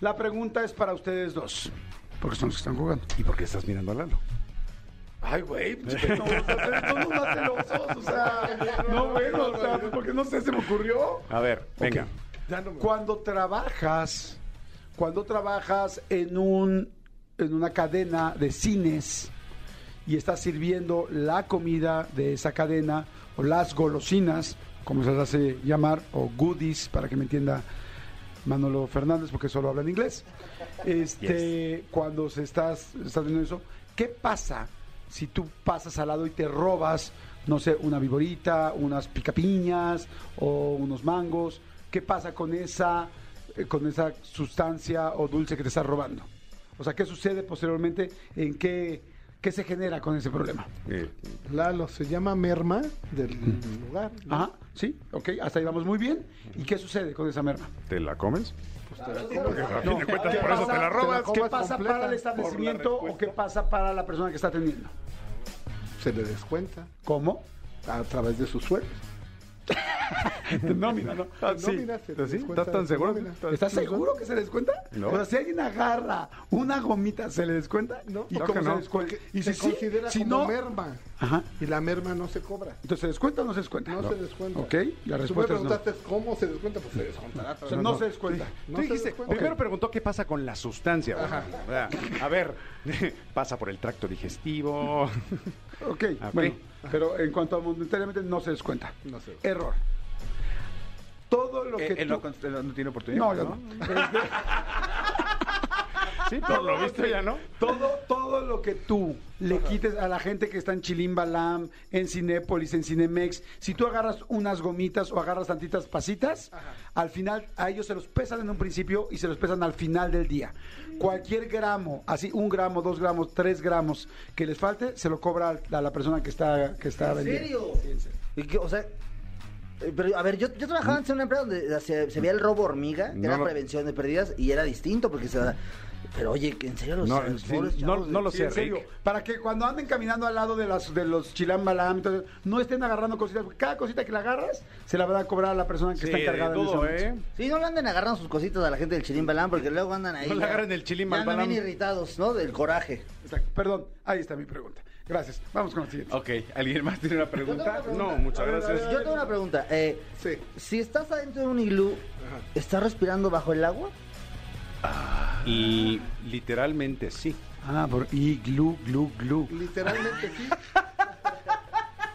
[SPEAKER 2] La pregunta es para ustedes dos, porque son los que están jugando.
[SPEAKER 5] ¿Y por qué estás mirando a Lalo?
[SPEAKER 4] Ay, güey. pues,
[SPEAKER 2] No, o sea, son unos celosos, o sea, no bueno, o sea, porque no sé, se me ocurrió.
[SPEAKER 5] A ver, venga.
[SPEAKER 2] Ok.
[SPEAKER 4] Ya no me-
[SPEAKER 2] Cuando trabajas, cuando trabajas en un en una cadena de cines y estás sirviendo la comida de esa cadena o las golosinas, como se las hace llamar, o goodies, para que me entienda Manolo Fernández, porque solo habla en inglés. Este, cuando se estás, estás viendo eso, ¿qué pasa si tú pasas al lado y te robas, no sé, una viborita, unas picapiñas o unos mangos? ¿Qué pasa con esa, eh, con esa sustancia o dulce que te estás robando? O sea, ¿qué sucede posteriormente? ¿En qué, qué se genera con ese problema?
[SPEAKER 5] Eh,
[SPEAKER 4] Lalo, se llama merma del lugar. ¿no?
[SPEAKER 2] Ajá, sí, ok, hasta ahí vamos muy bien. ¿Y qué sucede con esa merma?
[SPEAKER 5] ¿Te la comes?
[SPEAKER 2] No, ¿qué
[SPEAKER 4] por eso te la robas,
[SPEAKER 2] ¿Qué
[SPEAKER 4] comes
[SPEAKER 2] pasa para
[SPEAKER 4] completa por
[SPEAKER 2] el
[SPEAKER 4] la
[SPEAKER 2] establecimiento o qué pasa para la persona que está atendiendo?
[SPEAKER 4] Se le descuenta
[SPEAKER 2] ¿Cómo?
[SPEAKER 4] a través de sus sueldos.
[SPEAKER 2] No, mira, no.
[SPEAKER 5] Ah,
[SPEAKER 4] No, mira, se le descuenta
[SPEAKER 5] ¿Estás
[SPEAKER 4] de
[SPEAKER 5] tan
[SPEAKER 4] su
[SPEAKER 5] seguro?
[SPEAKER 4] nómina.
[SPEAKER 2] ¿Estás seguro que se les cuenta?
[SPEAKER 5] No.
[SPEAKER 2] O sea, si alguien agarra una gomita, ¿se le descuenta?
[SPEAKER 4] No.
[SPEAKER 2] ¿Y
[SPEAKER 4] Claro
[SPEAKER 2] cómo
[SPEAKER 5] que
[SPEAKER 2] se
[SPEAKER 5] no.
[SPEAKER 2] descuenta?
[SPEAKER 4] Y
[SPEAKER 2] ¿Y si
[SPEAKER 4] se
[SPEAKER 2] sí?
[SPEAKER 4] considera
[SPEAKER 2] Si
[SPEAKER 4] como
[SPEAKER 2] no?
[SPEAKER 4] merma.
[SPEAKER 2] Ajá.
[SPEAKER 4] Y la merma no se cobra.
[SPEAKER 2] Entonces, ¿se descuenta o no se descuenta?
[SPEAKER 4] No, se descuenta.
[SPEAKER 2] Ok, la
[SPEAKER 4] Tú me
[SPEAKER 2] respuesta es no.
[SPEAKER 4] preguntaste cómo se descuenta, pues se descontará.
[SPEAKER 2] O sea, no se descuenta.
[SPEAKER 4] No se
[SPEAKER 5] Tú dijiste,
[SPEAKER 4] descuenta.
[SPEAKER 5] primero
[SPEAKER 4] Ok.
[SPEAKER 5] preguntó qué pasa con la sustancia. ¿verdad? A ver, pasa por el tracto digestivo.
[SPEAKER 2] Ok, bueno, pero en cuanto a monetariamente no se descuenta.
[SPEAKER 4] Ah, No se descuenta.
[SPEAKER 2] Error. Todo lo que
[SPEAKER 5] Eh, él
[SPEAKER 2] tú-
[SPEAKER 5] no, con- él no tiene oportunidad.
[SPEAKER 2] No, yo no.
[SPEAKER 5] Sí, por lo visto ya no.
[SPEAKER 2] Todo, todo lo que tú le quites a la gente que está en Chilimbalam, en Cinépolis, en Cinemex, si tú agarras unas gomitas o agarras tantitas pasitas, al final a ellos se los pesan en un principio y se los pesan al final del día. Cualquier gramo, así un gramo, dos gramos, tres gramos que les falte, se lo cobra al- a la persona que está, que está
[SPEAKER 6] ¿En
[SPEAKER 2] vendiendo.
[SPEAKER 6] serio? Y que, o sea, eh, pero a ver, yo, yo trabajaba antes en una empresa donde se, se veía el robo hormiga, que
[SPEAKER 5] No
[SPEAKER 6] era
[SPEAKER 5] lo-
[SPEAKER 6] prevención de pérdidas, y era distinto porque se da- Pero oye, que en serio los,
[SPEAKER 5] No,
[SPEAKER 6] los
[SPEAKER 5] sí,
[SPEAKER 6] pobres
[SPEAKER 5] no-
[SPEAKER 6] chavos
[SPEAKER 5] no
[SPEAKER 6] de-
[SPEAKER 5] lo
[SPEAKER 2] Sí,
[SPEAKER 5] sé,
[SPEAKER 2] en serio,
[SPEAKER 5] Rick.
[SPEAKER 2] para que cuando anden caminando al lado de las de los chilambalam, entonces, no estén agarrando cositas, porque cada cosita que la agarras se la va a cobrar a la persona que está encargada en ese
[SPEAKER 5] ¿eh?
[SPEAKER 2] momento.
[SPEAKER 6] Sí, no le anden agarrando sus cositas a la gente del Chilimbalán porque luego andan ahí.
[SPEAKER 5] No le
[SPEAKER 6] ya-
[SPEAKER 5] agarren el Chilimbalán.
[SPEAKER 6] ya andan bien irritados, ¿no? Del coraje.
[SPEAKER 2] Exacto. Perdón, ahí está mi pregunta. Gracias. Vamos con la siguiente.
[SPEAKER 5] Ok, ¿alguien más tiene una pregunta? No, muchas gracias.
[SPEAKER 6] Yo tengo una pregunta. eh,
[SPEAKER 4] Sí.
[SPEAKER 6] Si estás adentro de un iglú, ¿estás respirando bajo el agua?
[SPEAKER 5] Y literalmente sí.
[SPEAKER 2] Ah, por y glu, glu, glu.
[SPEAKER 4] Literalmente sí.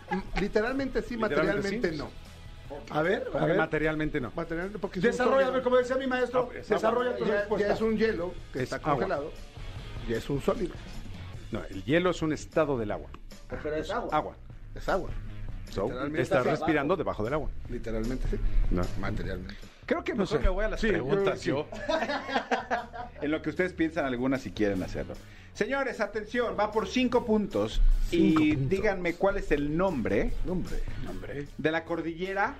[SPEAKER 4] Mm, Literalmente sí,
[SPEAKER 5] Literalmente
[SPEAKER 4] materialmente
[SPEAKER 5] sí.
[SPEAKER 4] no.
[SPEAKER 2] A ver,
[SPEAKER 4] ¿Eh?
[SPEAKER 2] a ver.
[SPEAKER 5] Materialmente no.
[SPEAKER 4] Materialmente porque es un
[SPEAKER 2] Desarrolla, a
[SPEAKER 4] sólido.
[SPEAKER 2] ver, como decía mi
[SPEAKER 5] Ah,
[SPEAKER 2] maestro,
[SPEAKER 5] pues,
[SPEAKER 2] desarrolla tu
[SPEAKER 4] Ya-
[SPEAKER 2] respuesta.
[SPEAKER 4] Ya es un hielo que
[SPEAKER 5] Es
[SPEAKER 4] está
[SPEAKER 5] agua.
[SPEAKER 4] congelado. Ya es un sólido.
[SPEAKER 5] No, el hielo es un estado del agua.
[SPEAKER 6] Pero es
[SPEAKER 5] Agua.
[SPEAKER 4] Es agua.
[SPEAKER 5] So,
[SPEAKER 4] Literalmente
[SPEAKER 5] estás
[SPEAKER 4] hacia
[SPEAKER 5] respirando debajo del agua.
[SPEAKER 4] Literalmente sí.
[SPEAKER 5] No.
[SPEAKER 4] Materialmente.
[SPEAKER 5] Creo que mejor me voy a las
[SPEAKER 2] Sí,
[SPEAKER 5] preguntas yo. en lo que ustedes piensan algunas si quieren hacerlo. Señores, atención, va por cinco puntos. y díganme cuál es el nombre
[SPEAKER 4] Nombre.
[SPEAKER 5] de la cordillera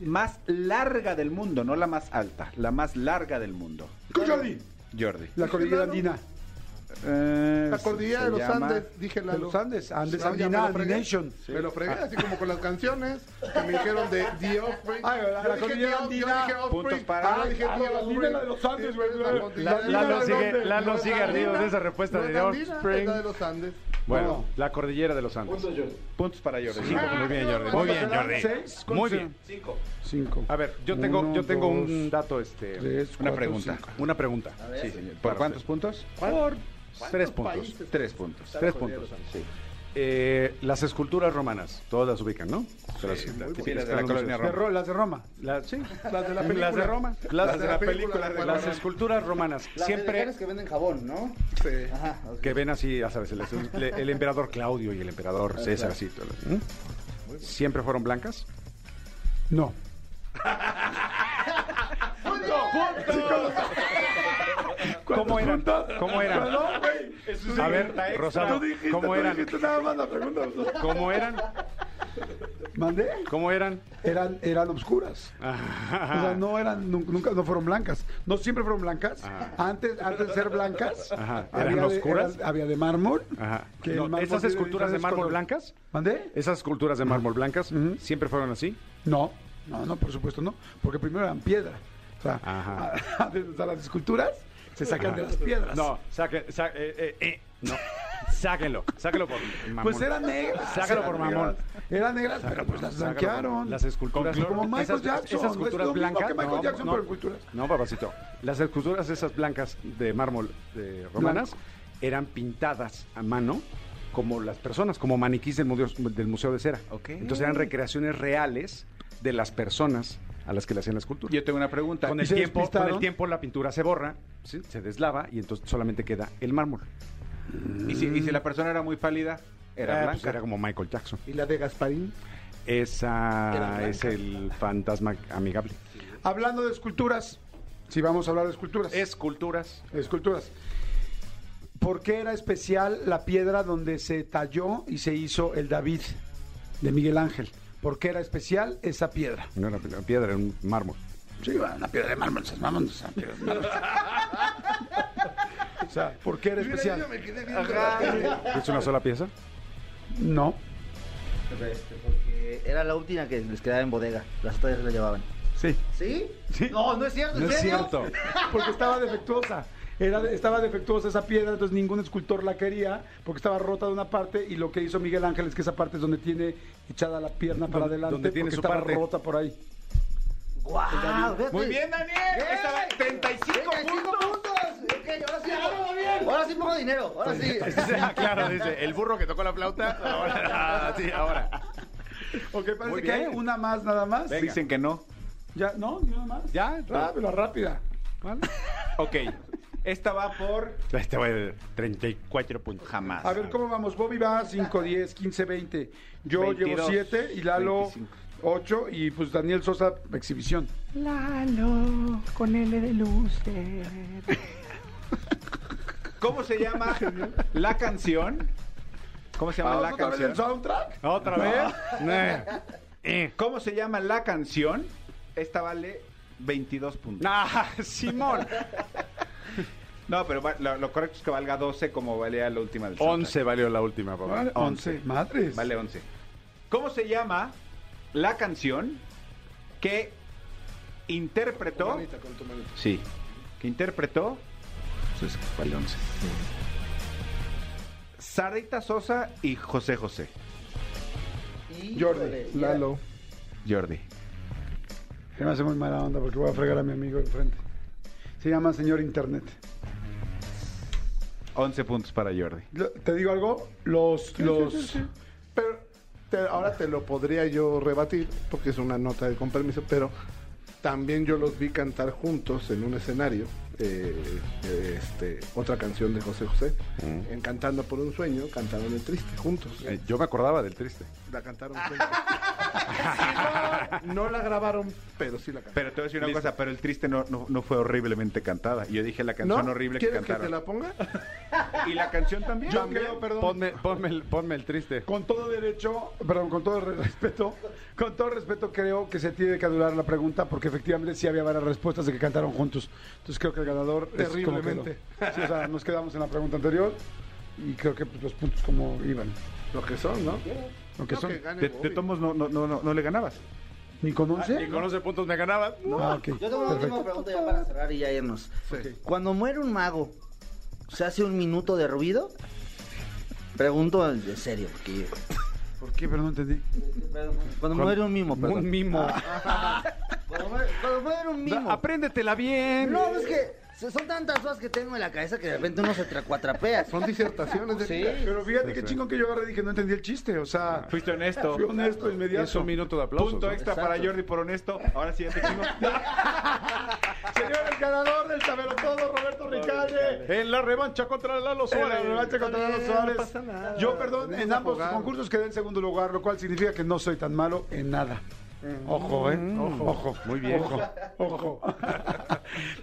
[SPEAKER 5] más larga del mundo, no la más alta, la más larga del mundo.
[SPEAKER 2] Con Jordi.
[SPEAKER 5] Jordi.
[SPEAKER 2] La cordillera andina.
[SPEAKER 3] Eh,
[SPEAKER 4] La cordillera
[SPEAKER 3] se
[SPEAKER 4] de los
[SPEAKER 3] llama-
[SPEAKER 4] Andes, dije la
[SPEAKER 2] De los Andes, Andes, Andina, Andination.
[SPEAKER 4] Me lo fregué, así como con las canciones que me dijeron de The Offspring.
[SPEAKER 2] Ay, la- la
[SPEAKER 4] Yo dije
[SPEAKER 2] cordillera
[SPEAKER 4] The Off- yo
[SPEAKER 2] andina.
[SPEAKER 4] dije Offspring,
[SPEAKER 3] Puntos para-
[SPEAKER 4] ahora dije
[SPEAKER 2] Ah,
[SPEAKER 4] The
[SPEAKER 2] la
[SPEAKER 4] Offspring.
[SPEAKER 2] andina de los Andes,
[SPEAKER 4] Sí,
[SPEAKER 2] güey,
[SPEAKER 4] la
[SPEAKER 2] güey.
[SPEAKER 4] cordillera
[SPEAKER 2] La-
[SPEAKER 4] de
[SPEAKER 2] Lalo
[SPEAKER 4] los
[SPEAKER 2] sigue-
[SPEAKER 4] Andes.
[SPEAKER 5] Lalo
[SPEAKER 4] No es
[SPEAKER 5] sigue
[SPEAKER 4] andina,
[SPEAKER 5] ardido de esa respuesta
[SPEAKER 4] no
[SPEAKER 5] de
[SPEAKER 4] es
[SPEAKER 5] The
[SPEAKER 4] andina,
[SPEAKER 5] Offspring.
[SPEAKER 4] Es la de los Andes.
[SPEAKER 5] Bueno,
[SPEAKER 2] No.
[SPEAKER 5] la cordillera de los Andes.
[SPEAKER 3] Puntos para Jordi.
[SPEAKER 5] Cinco,
[SPEAKER 3] Cinco.
[SPEAKER 5] muy bien, Jordi.
[SPEAKER 2] ¿Cuántos
[SPEAKER 5] Muy bien,
[SPEAKER 2] serán?
[SPEAKER 5] Jordi.
[SPEAKER 2] ¿Seis? ¿Cuántos
[SPEAKER 5] Muy bien.
[SPEAKER 2] Cinco.
[SPEAKER 5] A ver, yo tengo,
[SPEAKER 2] Uno,
[SPEAKER 5] yo tengo
[SPEAKER 2] dos,
[SPEAKER 5] un dato, este,
[SPEAKER 2] tres,
[SPEAKER 5] una
[SPEAKER 2] cuatro,
[SPEAKER 5] pregunta,
[SPEAKER 2] cinco.
[SPEAKER 5] una pregunta.
[SPEAKER 3] Sí, señor. ¿Por cuántos puntos?
[SPEAKER 5] Por tres puntos.
[SPEAKER 4] países?
[SPEAKER 3] Tres puntos.
[SPEAKER 5] Tres puntos. Eh, las esculturas romanas, todas las ubican, ¿no? Las-
[SPEAKER 3] Sí, las de la colonia
[SPEAKER 2] De
[SPEAKER 3] Roma.
[SPEAKER 2] Ro- las de Roma.
[SPEAKER 5] las- sí,
[SPEAKER 4] Las de la película.
[SPEAKER 5] las de Roma, las de la película,
[SPEAKER 4] de
[SPEAKER 5] las
[SPEAKER 4] Roma.
[SPEAKER 5] esculturas romanas,
[SPEAKER 6] Las
[SPEAKER 5] siempre
[SPEAKER 6] mexicanas que venden jabón, ¿no?
[SPEAKER 4] Sí.
[SPEAKER 6] Ajá, ok.
[SPEAKER 5] que ven así, ya sabes, el, el- el emperador Claudio y el emperador César, así, todo lo- ¿Mm? siempre fueron blancas.
[SPEAKER 2] No.
[SPEAKER 5] ¿Cómo eran? ¿Cómo eran? A ver, Rosado, ¿cómo eran? ¿Cómo eran?
[SPEAKER 2] ¿Mandé?
[SPEAKER 5] ¿Cómo eran?
[SPEAKER 2] Eran, eran obscuras. O sea, no eran, nun- nunca no fueron blancas. No siempre fueron blancas.
[SPEAKER 5] Ajá.
[SPEAKER 2] Antes, antes de ser blancas,
[SPEAKER 5] Ajá.
[SPEAKER 2] había
[SPEAKER 5] ¿Eran
[SPEAKER 2] de-
[SPEAKER 5] oscuras?
[SPEAKER 2] eran- había de mármol.
[SPEAKER 5] Ajá.
[SPEAKER 2] que el
[SPEAKER 5] No,
[SPEAKER 2] mármol
[SPEAKER 5] ¿Esas
[SPEAKER 2] tiene
[SPEAKER 5] esculturas de
[SPEAKER 2] diferentes
[SPEAKER 5] mármol
[SPEAKER 2] colores.
[SPEAKER 5] blancas?
[SPEAKER 2] ¿Mandé?
[SPEAKER 5] ¿Esas esculturas de mármol blancas
[SPEAKER 2] Ujú.
[SPEAKER 5] siempre fueron así?
[SPEAKER 2] No, no, no, por supuesto no. Porque primero eran piedra. O sea,
[SPEAKER 5] Ajá.
[SPEAKER 2] a- de- o sea, las esculturas se sacan de las piedras.
[SPEAKER 5] No, saquen, sa- eh, eh, eh, no. sáquenlo, sáquenlo por mamón.
[SPEAKER 2] Pues eran negras.
[SPEAKER 5] Sácalo
[SPEAKER 2] eran
[SPEAKER 5] por
[SPEAKER 2] negras.
[SPEAKER 5] mamón.
[SPEAKER 2] Eran negras, pero pues las
[SPEAKER 5] Sácalo por-
[SPEAKER 2] blanquearon.
[SPEAKER 5] Las esculturas
[SPEAKER 2] Como Michael
[SPEAKER 5] esas-
[SPEAKER 2] Jackson,
[SPEAKER 5] Esas
[SPEAKER 2] es lo
[SPEAKER 5] esculturas
[SPEAKER 2] mismo que
[SPEAKER 5] blancas.
[SPEAKER 2] Michael Jackson, pero esculturas.
[SPEAKER 5] no, papacito. Las esculturas esas blancas de mármol de romanas
[SPEAKER 2] Blanco.
[SPEAKER 5] eran pintadas a mano como las personas, como maniquís del museo, del museo de cera.
[SPEAKER 3] Ok.
[SPEAKER 5] Entonces eran recreaciones reales de las personas a las que le hacían la escultura.
[SPEAKER 3] Yo tengo una pregunta.
[SPEAKER 5] Con
[SPEAKER 2] ¿Y
[SPEAKER 5] el,
[SPEAKER 2] se
[SPEAKER 5] tiempo, con
[SPEAKER 2] despistaron?
[SPEAKER 5] el tiempo la pintura se borra, ¿sí? se deslava y entonces solamente queda el mármol.
[SPEAKER 3] ¿Y si, y si la persona era muy pálida? Era
[SPEAKER 5] Ah, pues
[SPEAKER 3] blanca.
[SPEAKER 5] era como Michael Jackson.
[SPEAKER 4] ¿Y la de Gasparín?
[SPEAKER 5] Esa es el fantasma amigable.
[SPEAKER 2] Hablando de esculturas, si vamos a hablar de esculturas.
[SPEAKER 5] Esculturas.
[SPEAKER 2] esculturas. ¿Por qué era especial la piedra donde se talló y se hizo el David de Miguel Ángel? ¿Por qué era especial esa piedra?
[SPEAKER 5] No era pi- piedra, era un mármol.
[SPEAKER 2] Sí, una piedra de mármol, esas mamonas, esas piedras de mármol. O sea, ¿por qué era especial?
[SPEAKER 4] Yo me quedé viendo la-
[SPEAKER 5] ¿Es una sola pieza?
[SPEAKER 2] No.
[SPEAKER 6] Este, porque era la última que les quedaba en bodega. Las otras ya se la llevaban.
[SPEAKER 2] Sí.
[SPEAKER 6] ¿Sí?
[SPEAKER 5] Sí.
[SPEAKER 6] No, no es cierto. ¿en
[SPEAKER 5] No es
[SPEAKER 6] serio?
[SPEAKER 5] cierto.
[SPEAKER 2] Porque estaba defectuosa. Era, estaba defectuosa esa piedra, entonces ningún escultor la quería porque estaba rota de una parte y lo que hizo Miguel Ángel es que esa parte es donde tiene echada la pierna para
[SPEAKER 5] Donde-
[SPEAKER 2] adelante
[SPEAKER 5] donde tiene
[SPEAKER 2] porque
[SPEAKER 5] su
[SPEAKER 2] estaba
[SPEAKER 5] parte.
[SPEAKER 2] rota por ahí.
[SPEAKER 6] ¡Guau! fíjate.
[SPEAKER 3] Muy bien, Daniel.
[SPEAKER 6] ¡Bien!
[SPEAKER 3] Estaba en 35
[SPEAKER 6] ¡35
[SPEAKER 3] puntos.
[SPEAKER 6] puntos! Ok, ahora sí. Ahora sí pongo dinero. Ahora sí.
[SPEAKER 5] claro, dice, el burro que tocó la flauta,
[SPEAKER 7] ah,
[SPEAKER 5] ahora, sí, ahora.
[SPEAKER 2] Ok,
[SPEAKER 5] Muy
[SPEAKER 2] parece que hay
[SPEAKER 5] bien.
[SPEAKER 2] una más nada más.
[SPEAKER 3] Venga. Dicen que no.
[SPEAKER 2] Ya, no, ni una más.
[SPEAKER 5] ¿Ya?
[SPEAKER 2] Rápido, rápida.
[SPEAKER 3] Ok. Esta va por
[SPEAKER 5] Este güey, 34 puntos.
[SPEAKER 3] jamás.
[SPEAKER 2] A ver cómo vamos. Bobby va 5, 10, 15, 20. Yo
[SPEAKER 3] 22,
[SPEAKER 2] llevo 7 y Lalo
[SPEAKER 3] 25.
[SPEAKER 2] 8 y pues Daniel Sosa exhibición.
[SPEAKER 3] ¿Cómo se llama la canción? ¿Cómo se llama
[SPEAKER 2] Vamos
[SPEAKER 3] la
[SPEAKER 2] otra vez el
[SPEAKER 3] canción?
[SPEAKER 2] soundtrack.
[SPEAKER 5] ¿Otra vez? Eh.
[SPEAKER 3] ¿Cómo se llama la canción? Esta vale 22 puntos.
[SPEAKER 5] Ah, Simón.
[SPEAKER 3] No, pero va- lo, lo correcto es que valga 12 como valía la última del soundtrack.
[SPEAKER 5] 11 valió la última,
[SPEAKER 2] Ah,
[SPEAKER 5] papá.
[SPEAKER 2] 11, madres.
[SPEAKER 3] Vale 11. ¿Cómo se llama la canción que interpretó? Sí. Que interpretó. Entonces, vale 11. Sarita Sosa y José José.
[SPEAKER 2] Jordi, Lalo.
[SPEAKER 3] Jordi.
[SPEAKER 2] Se me hace muy mala onda porque voy a fregar a mi amigo enfrente. Se llama señor Internet.
[SPEAKER 3] 11 puntos para Jordi.
[SPEAKER 2] Lo- ¿Te digo algo? Los, los...
[SPEAKER 4] Pero te- ahora te lo podría yo rebatir, porque es una nota de con permiso, pero también yo los vi cantar juntos en un escenario, eh, eh, este, otra canción de José José,
[SPEAKER 5] Mm.
[SPEAKER 4] en Cantando por un sueño, cantaron el triste juntos.
[SPEAKER 5] Eh, Yo me acordaba del triste.
[SPEAKER 4] La cantaron juntos. No la grabaron, pero sí la cantaron.
[SPEAKER 5] Pero te voy a decir una cosa, pero el triste no, no, no fue horriblemente cantada. Y Yo dije la
[SPEAKER 4] ¿No?
[SPEAKER 5] canción horrible que
[SPEAKER 4] ¿Quieres que, te
[SPEAKER 5] cantaron.
[SPEAKER 4] la ponga?
[SPEAKER 5] Y la canción también.
[SPEAKER 4] Yo creo,
[SPEAKER 5] perdón.
[SPEAKER 7] Ponme, ponme, el, ponme el triste.
[SPEAKER 2] Con todo derecho, perdón, con todo respeto, con todo respeto creo que se tiene que anular la pregunta porque efectivamente sí había varias respuestas de que cantaron juntos. Entonces creo que el ganador es como que lo-
[SPEAKER 4] Terriblemente.
[SPEAKER 2] Sí, o sea, nos quedamos en la pregunta anterior y creo que pues, los puntos como iban.
[SPEAKER 4] Lo que son, ¿no?
[SPEAKER 2] Lo que
[SPEAKER 4] Creo
[SPEAKER 2] son.
[SPEAKER 4] que gane
[SPEAKER 5] De,
[SPEAKER 4] Bobby.
[SPEAKER 5] de tomos no, no, no, no, no le ganabas.
[SPEAKER 2] ¿Ni con
[SPEAKER 5] Ah,
[SPEAKER 2] 11?
[SPEAKER 7] Y con 11 puntos me ganabas.
[SPEAKER 2] Ah, ok.
[SPEAKER 6] Yo tengo una última pregunta ya para cerrar y ya irnos. Cuando muere un mago, ¿se hace un minuto de ruido? Pregunto en serio, porque
[SPEAKER 2] ¿Por qué? Pero no entendí. Ah,
[SPEAKER 6] cuando muere un mimo, perdón.
[SPEAKER 7] Un mimo.
[SPEAKER 6] Cuando muere, cuando muere un mimo.
[SPEAKER 7] Apréndetela bien.
[SPEAKER 6] No, es que son tantas cosas que tengo en la cabeza que de repente uno se tracuatrapea.
[SPEAKER 4] Son disertaciones de
[SPEAKER 6] Sí.
[SPEAKER 2] Pero fíjate qué chingón que yo agarré y dije, no entendí el chiste. O
[SPEAKER 7] Ah.
[SPEAKER 2] sea,
[SPEAKER 5] Fuiste honesto.
[SPEAKER 2] fui honesto inmediato.
[SPEAKER 7] Es un minuto de aplausos.
[SPEAKER 5] Punto
[SPEAKER 7] ¿no?
[SPEAKER 5] extra
[SPEAKER 6] Exacto.
[SPEAKER 5] para Jordi por honesto. Ahora sí, ya te chingo.
[SPEAKER 2] Señor, el ganador del Sabelotodo, Roberto Ricalle.
[SPEAKER 7] En la revancha contra Lalo
[SPEAKER 2] En la
[SPEAKER 7] Suárez.
[SPEAKER 2] revancha contra Lalo Suárez. Yo, perdón, en
[SPEAKER 4] Venimos
[SPEAKER 2] ambos
[SPEAKER 4] a jugar.
[SPEAKER 2] concursos quedé en segundo lugar, lo cual significa que no soy tan malo en nada.
[SPEAKER 7] Mm.
[SPEAKER 2] Ojo, ¿eh? Ojo. Muy bien. Ojo. Ojo.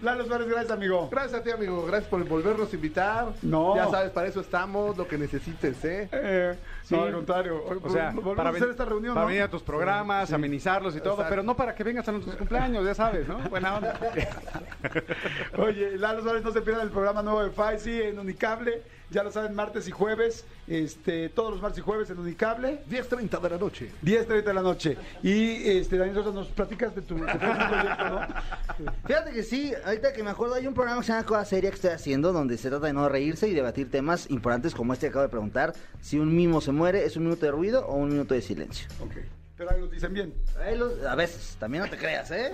[SPEAKER 2] Lalo Suárez, gracias, amigo.
[SPEAKER 4] Gracias a ti, amigo. Gracias por volvernos a invitar.
[SPEAKER 2] No.
[SPEAKER 4] Ya sabes, para eso estamos, lo que necesites, ¿eh?
[SPEAKER 2] Eh,
[SPEAKER 7] Sí.
[SPEAKER 2] No, al contrario.
[SPEAKER 7] O sea,
[SPEAKER 2] para
[SPEAKER 7] para,
[SPEAKER 2] a
[SPEAKER 7] ven-
[SPEAKER 2] hacer esta reunión,
[SPEAKER 7] para
[SPEAKER 2] ¿no?
[SPEAKER 7] venir a tus programas, amenizarlos y todo,
[SPEAKER 4] Exacto.
[SPEAKER 7] pero no para que vengas a nuestros cumpleaños, ya sabes, ¿no? Buena onda.
[SPEAKER 2] Oye, Lalo Suárez, no se pierdan el programa nuevo de Faisy en Unicable. Ya lo saben, martes y jueves. Este, todos los martes y jueves en Unicable.
[SPEAKER 4] 10.30 de la noche.
[SPEAKER 2] 10.30 de la noche. Y este, Daniel Sosa, nos platicas de tu, de tu proyecto, ¿no?
[SPEAKER 6] Fíjate que sí, ahorita que me acuerdo, hay un programa que se llama Cosa Seria que estoy haciendo, donde se trata de no reírse y debatir temas importantes como este que acabo de preguntar. Si un mimo se muere, ¿es un minuto de ruido o un minuto de silencio?
[SPEAKER 2] Ok. Pero ahí nos dicen bien.
[SPEAKER 6] Ahí los- a veces, también no te creas, ¿eh?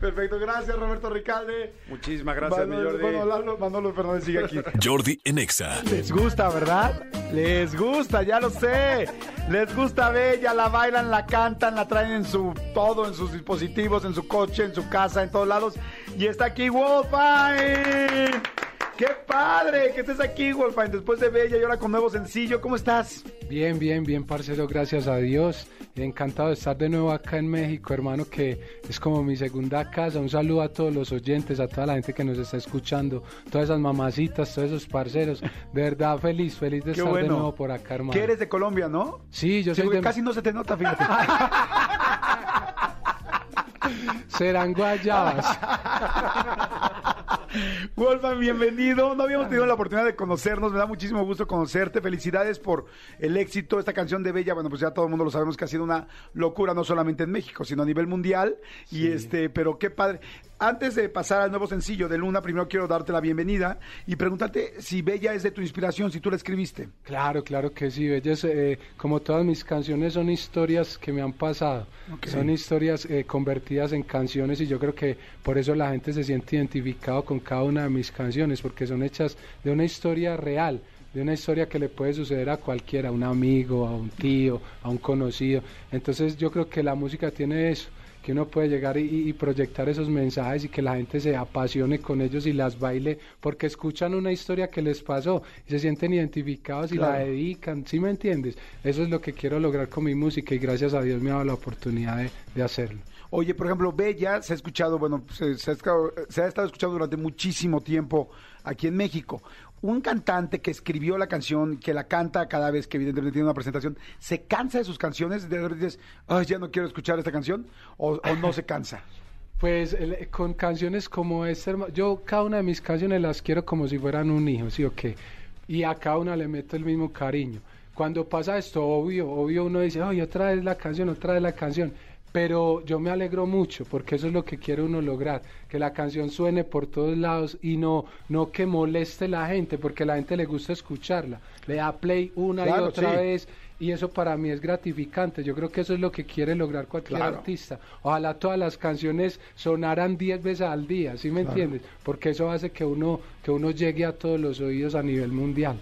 [SPEAKER 2] Perfecto, gracias Roberto Ricalde.
[SPEAKER 7] Muchísimas gracias, mi
[SPEAKER 2] Manolo,
[SPEAKER 7] Jordi.
[SPEAKER 2] Bueno, Lalo- Manolo Fernández sigue aquí.
[SPEAKER 1] Jordi en Exa.
[SPEAKER 2] Les gusta, ¿verdad? Les gusta, ya lo sé. Les gusta Bella, la bailan, la cantan, la traen en su todo, en sus dispositivos, en su coche, en su casa, en todos lados. Y está aquí Wolfine. ¡Qué padre que estés aquí, Wolfine! Después de Bella y ahora con nuevo sencillo, ¿cómo estás?
[SPEAKER 8] Bien, bien, bien, parcero, gracias a Dios. Encantado de estar de nuevo acá en México, hermano, que es como mi segunda casa. Un saludo a todos los oyentes, a toda la gente que nos está escuchando, todas esas mamacitas, todos esos parceros. De verdad, feliz, feliz de
[SPEAKER 2] Qué
[SPEAKER 8] estar de
[SPEAKER 2] bueno.
[SPEAKER 8] nuevo por acá, hermano.
[SPEAKER 2] Que eres de Colombia, ¿no?
[SPEAKER 8] Sí, yo
[SPEAKER 2] Sí,
[SPEAKER 8] soy
[SPEAKER 2] porque
[SPEAKER 8] de
[SPEAKER 2] casi no se te nota, fíjate.
[SPEAKER 8] Serán Guayabas.
[SPEAKER 2] Wolfman, bienvenido. No habíamos tenido la oportunidad de conocernos. Me da muchísimo gusto conocerte. Felicidades por el éxito. Esta canción de Bella, bueno, pues ya todo el mundo lo sabemos que ha sido una locura, no solamente en México, sino a nivel mundial. Y este, pero qué padre. Antes de pasar al nuevo sencillo de Luna, primero quiero darte la bienvenida y preguntarte si Bella es de tu inspiración, si tú la escribiste.
[SPEAKER 8] Claro, claro que sí, Belles, eh, como todas mis canciones son historias que me han pasado,
[SPEAKER 2] Ok.
[SPEAKER 8] son historias eh, convertidas en canciones y yo creo que por eso la gente se siente identificado con cada una de mis canciones, porque son hechas de una historia real, de una historia que le puede suceder a cualquiera, a un amigo, a un tío, a un conocido. Entonces yo creo que la música tiene eso que uno puede llegar y, y proyectar esos mensajes y que la gente se apasione con ellos y las baile porque escuchan una historia que les pasó y se sienten identificados y la dedican, ¿sí me entiendes? Eso es lo que quiero lograr con mi música y gracias a Dios me ha dado la oportunidad de, de hacerlo.
[SPEAKER 2] Oye, por ejemplo, Bella se ha escuchado, bueno, se, se ha, esca- se ha estado escuchando durante muchísimo tiempo aquí en México. Un cantante que escribió la canción, que la canta cada vez que evidentemente tiene una presentación, ¿se cansa de sus canciones? ¿De repente dices, ay, ya no quiero escuchar esta canción? ¿O, o no se cansa?
[SPEAKER 8] Pues el- con canciones como esta, herma- yo cada una de mis canciones las quiero como si fueran un hijo, ¿sí o qué? Y a cada una le meto el mismo cariño. Cuando pasa esto, obvio, obvio uno dice, ay, otra vez la canción, otra vez la canción. Pero yo me alegro mucho porque eso es lo que quiere uno lograr, que la canción suene por todos lados y no, no que moleste la gente, porque a la gente le gusta escucharla. Le da play una
[SPEAKER 2] Claro,
[SPEAKER 8] y otra
[SPEAKER 2] sí.
[SPEAKER 8] vez es- y eso para mí es gratificante. Yo creo que eso es lo que quiere lograr cualquier
[SPEAKER 2] Claro.
[SPEAKER 8] artista. Ojalá todas las canciones sonaran 10 veces al día, ¿sí me entiendes? Porque eso hace que uno que uno llegue a todos los oídos a nivel mundial.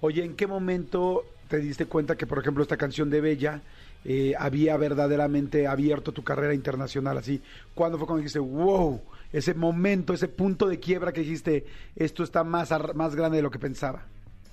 [SPEAKER 2] Oye, ¿en qué momento te diste cuenta que, por ejemplo, esta canción de Bella eh, había verdaderamente abierto tu carrera internacional? Así, ¿cuándo fue cuando dijiste, wow, ese momento, ese punto de quiebra que dijiste, esto está más, ar- más grande de lo que pensaba?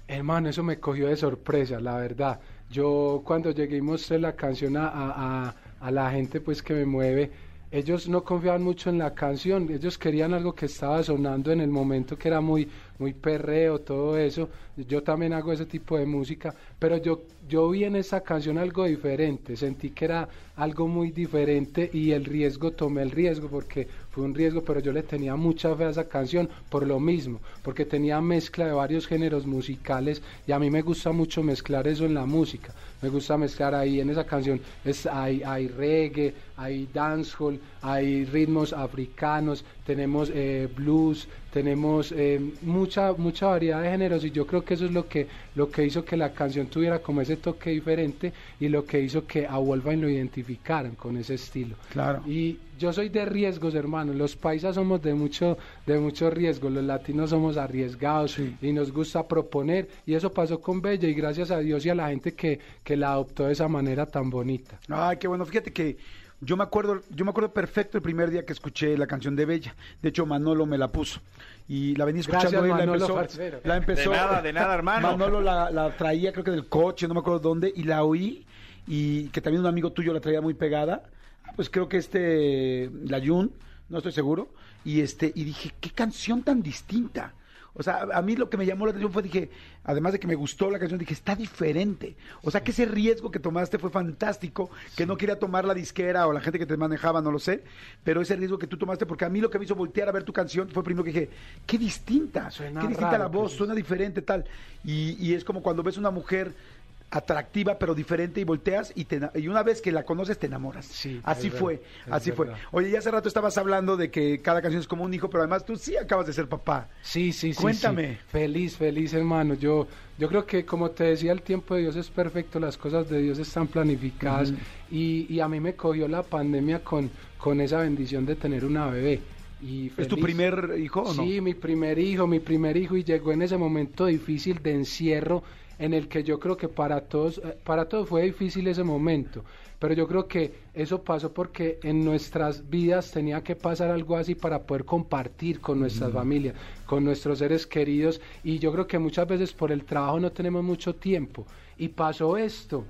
[SPEAKER 8] Hermano, eso me cogió de sorpresa, la verdad. Yo cuando llegué y mostré la canción a, a- a- a la gente pues que me mueve, ellos no confiaban mucho en la canción, ellos querían algo que estaba sonando en el momento que era muy, muy perreo, todo eso. Yo también hago ese tipo de música, pero yo, yo vi en esa canción algo diferente, sentí que era algo muy diferente y el riesgo, tomé el riesgo porque fue un riesgo, pero yo le tenía mucha fe a esa canción por lo mismo, porque tenía mezcla de varios géneros musicales y a mí me gusta mucho mezclar eso en la música. Me gusta mezclar ahí en esa canción es hay hay reggae, hay dancehall, hay ritmos africanos, tenemos eh, blues, tenemos eh, mucha mucha variedad de géneros y yo creo que eso es lo que lo que hizo que la canción tuviera como ese toque diferente y lo que hizo que a Wolfgang lo identificaran con ese estilo.
[SPEAKER 2] Claro.
[SPEAKER 8] Y yo soy de riesgos, hermano. Los paisas somos de mucho, de mucho riesgo. Los latinos somos arriesgados y nos gusta proponer. Y eso pasó con Bella y gracias a Dios y a la gente que, que la adoptó de esa manera tan bonita.
[SPEAKER 2] Ay, qué bueno. Fíjate que yo me acuerdo, yo me acuerdo perfecto el primer día que escuché la canción de Bella. De hecho, Manolo me la puso. Y la venía escuchando
[SPEAKER 8] Gracias,
[SPEAKER 2] y la
[SPEAKER 8] Manolo,
[SPEAKER 2] empezó.
[SPEAKER 8] parcero.
[SPEAKER 2] La empezó.
[SPEAKER 3] De nada, de nada, hermano.
[SPEAKER 2] Manolo la, la traía, creo que del coche, no me acuerdo dónde, y la oí, y que también un amigo tuyo la traía muy pegada. Ah, Pues creo que este la Jun, no estoy seguro. Y este, y dije, qué canción tan distinta. O sea, a mí lo que me llamó la atención fue, dije, además de que me gustó la canción, dije, está diferente. O sea, que ese riesgo que tomaste fue fantástico, que no quería tomar la disquera o la gente que te manejaba, no lo sé, pero ese riesgo que tú tomaste, porque a mí lo que me hizo voltear a ver tu canción fue primero que dije, qué distinta,
[SPEAKER 8] Suena
[SPEAKER 2] qué distinta
[SPEAKER 8] raro,
[SPEAKER 2] la voz,
[SPEAKER 8] pues.
[SPEAKER 2] suena diferente, tal. Y, y es como cuando ves una mujer atractiva pero diferente y volteas y, te, ena- y una vez que la conoces te enamoras.
[SPEAKER 8] Sí,
[SPEAKER 2] así
[SPEAKER 8] es verdad,
[SPEAKER 2] fue,
[SPEAKER 8] es
[SPEAKER 2] así
[SPEAKER 8] verdad.
[SPEAKER 2] fue. Oye, ya hace rato estabas hablando de que cada canción es como un hijo, pero además tú sí acabas de ser papá.
[SPEAKER 8] Sí, sí, sí. sí.
[SPEAKER 2] Cuéntame.
[SPEAKER 8] Feliz, feliz, hermano. Yo, yo creo que, como te decía, el tiempo de Dios es perfecto, las cosas de Dios están planificadas. y, y a mí me cogió la pandemia con, con esa bendición de tener una bebé. Y
[SPEAKER 2] ¿Es tu
[SPEAKER 8] feliz.
[SPEAKER 2] primer hijo o no?
[SPEAKER 8] Sí, mi primer hijo, mi primer hijo, y llegó en ese momento difícil de encierro en el que yo creo que para todos, eh, para todos fue difícil ese momento, pero yo creo que eso pasó porque en nuestras vidas tenía que pasar algo así para poder compartir con nuestras
[SPEAKER 2] Mm.
[SPEAKER 8] familias, con nuestros seres queridos, y yo creo que muchas veces por el trabajo no tenemos mucho tiempo, y pasó esto,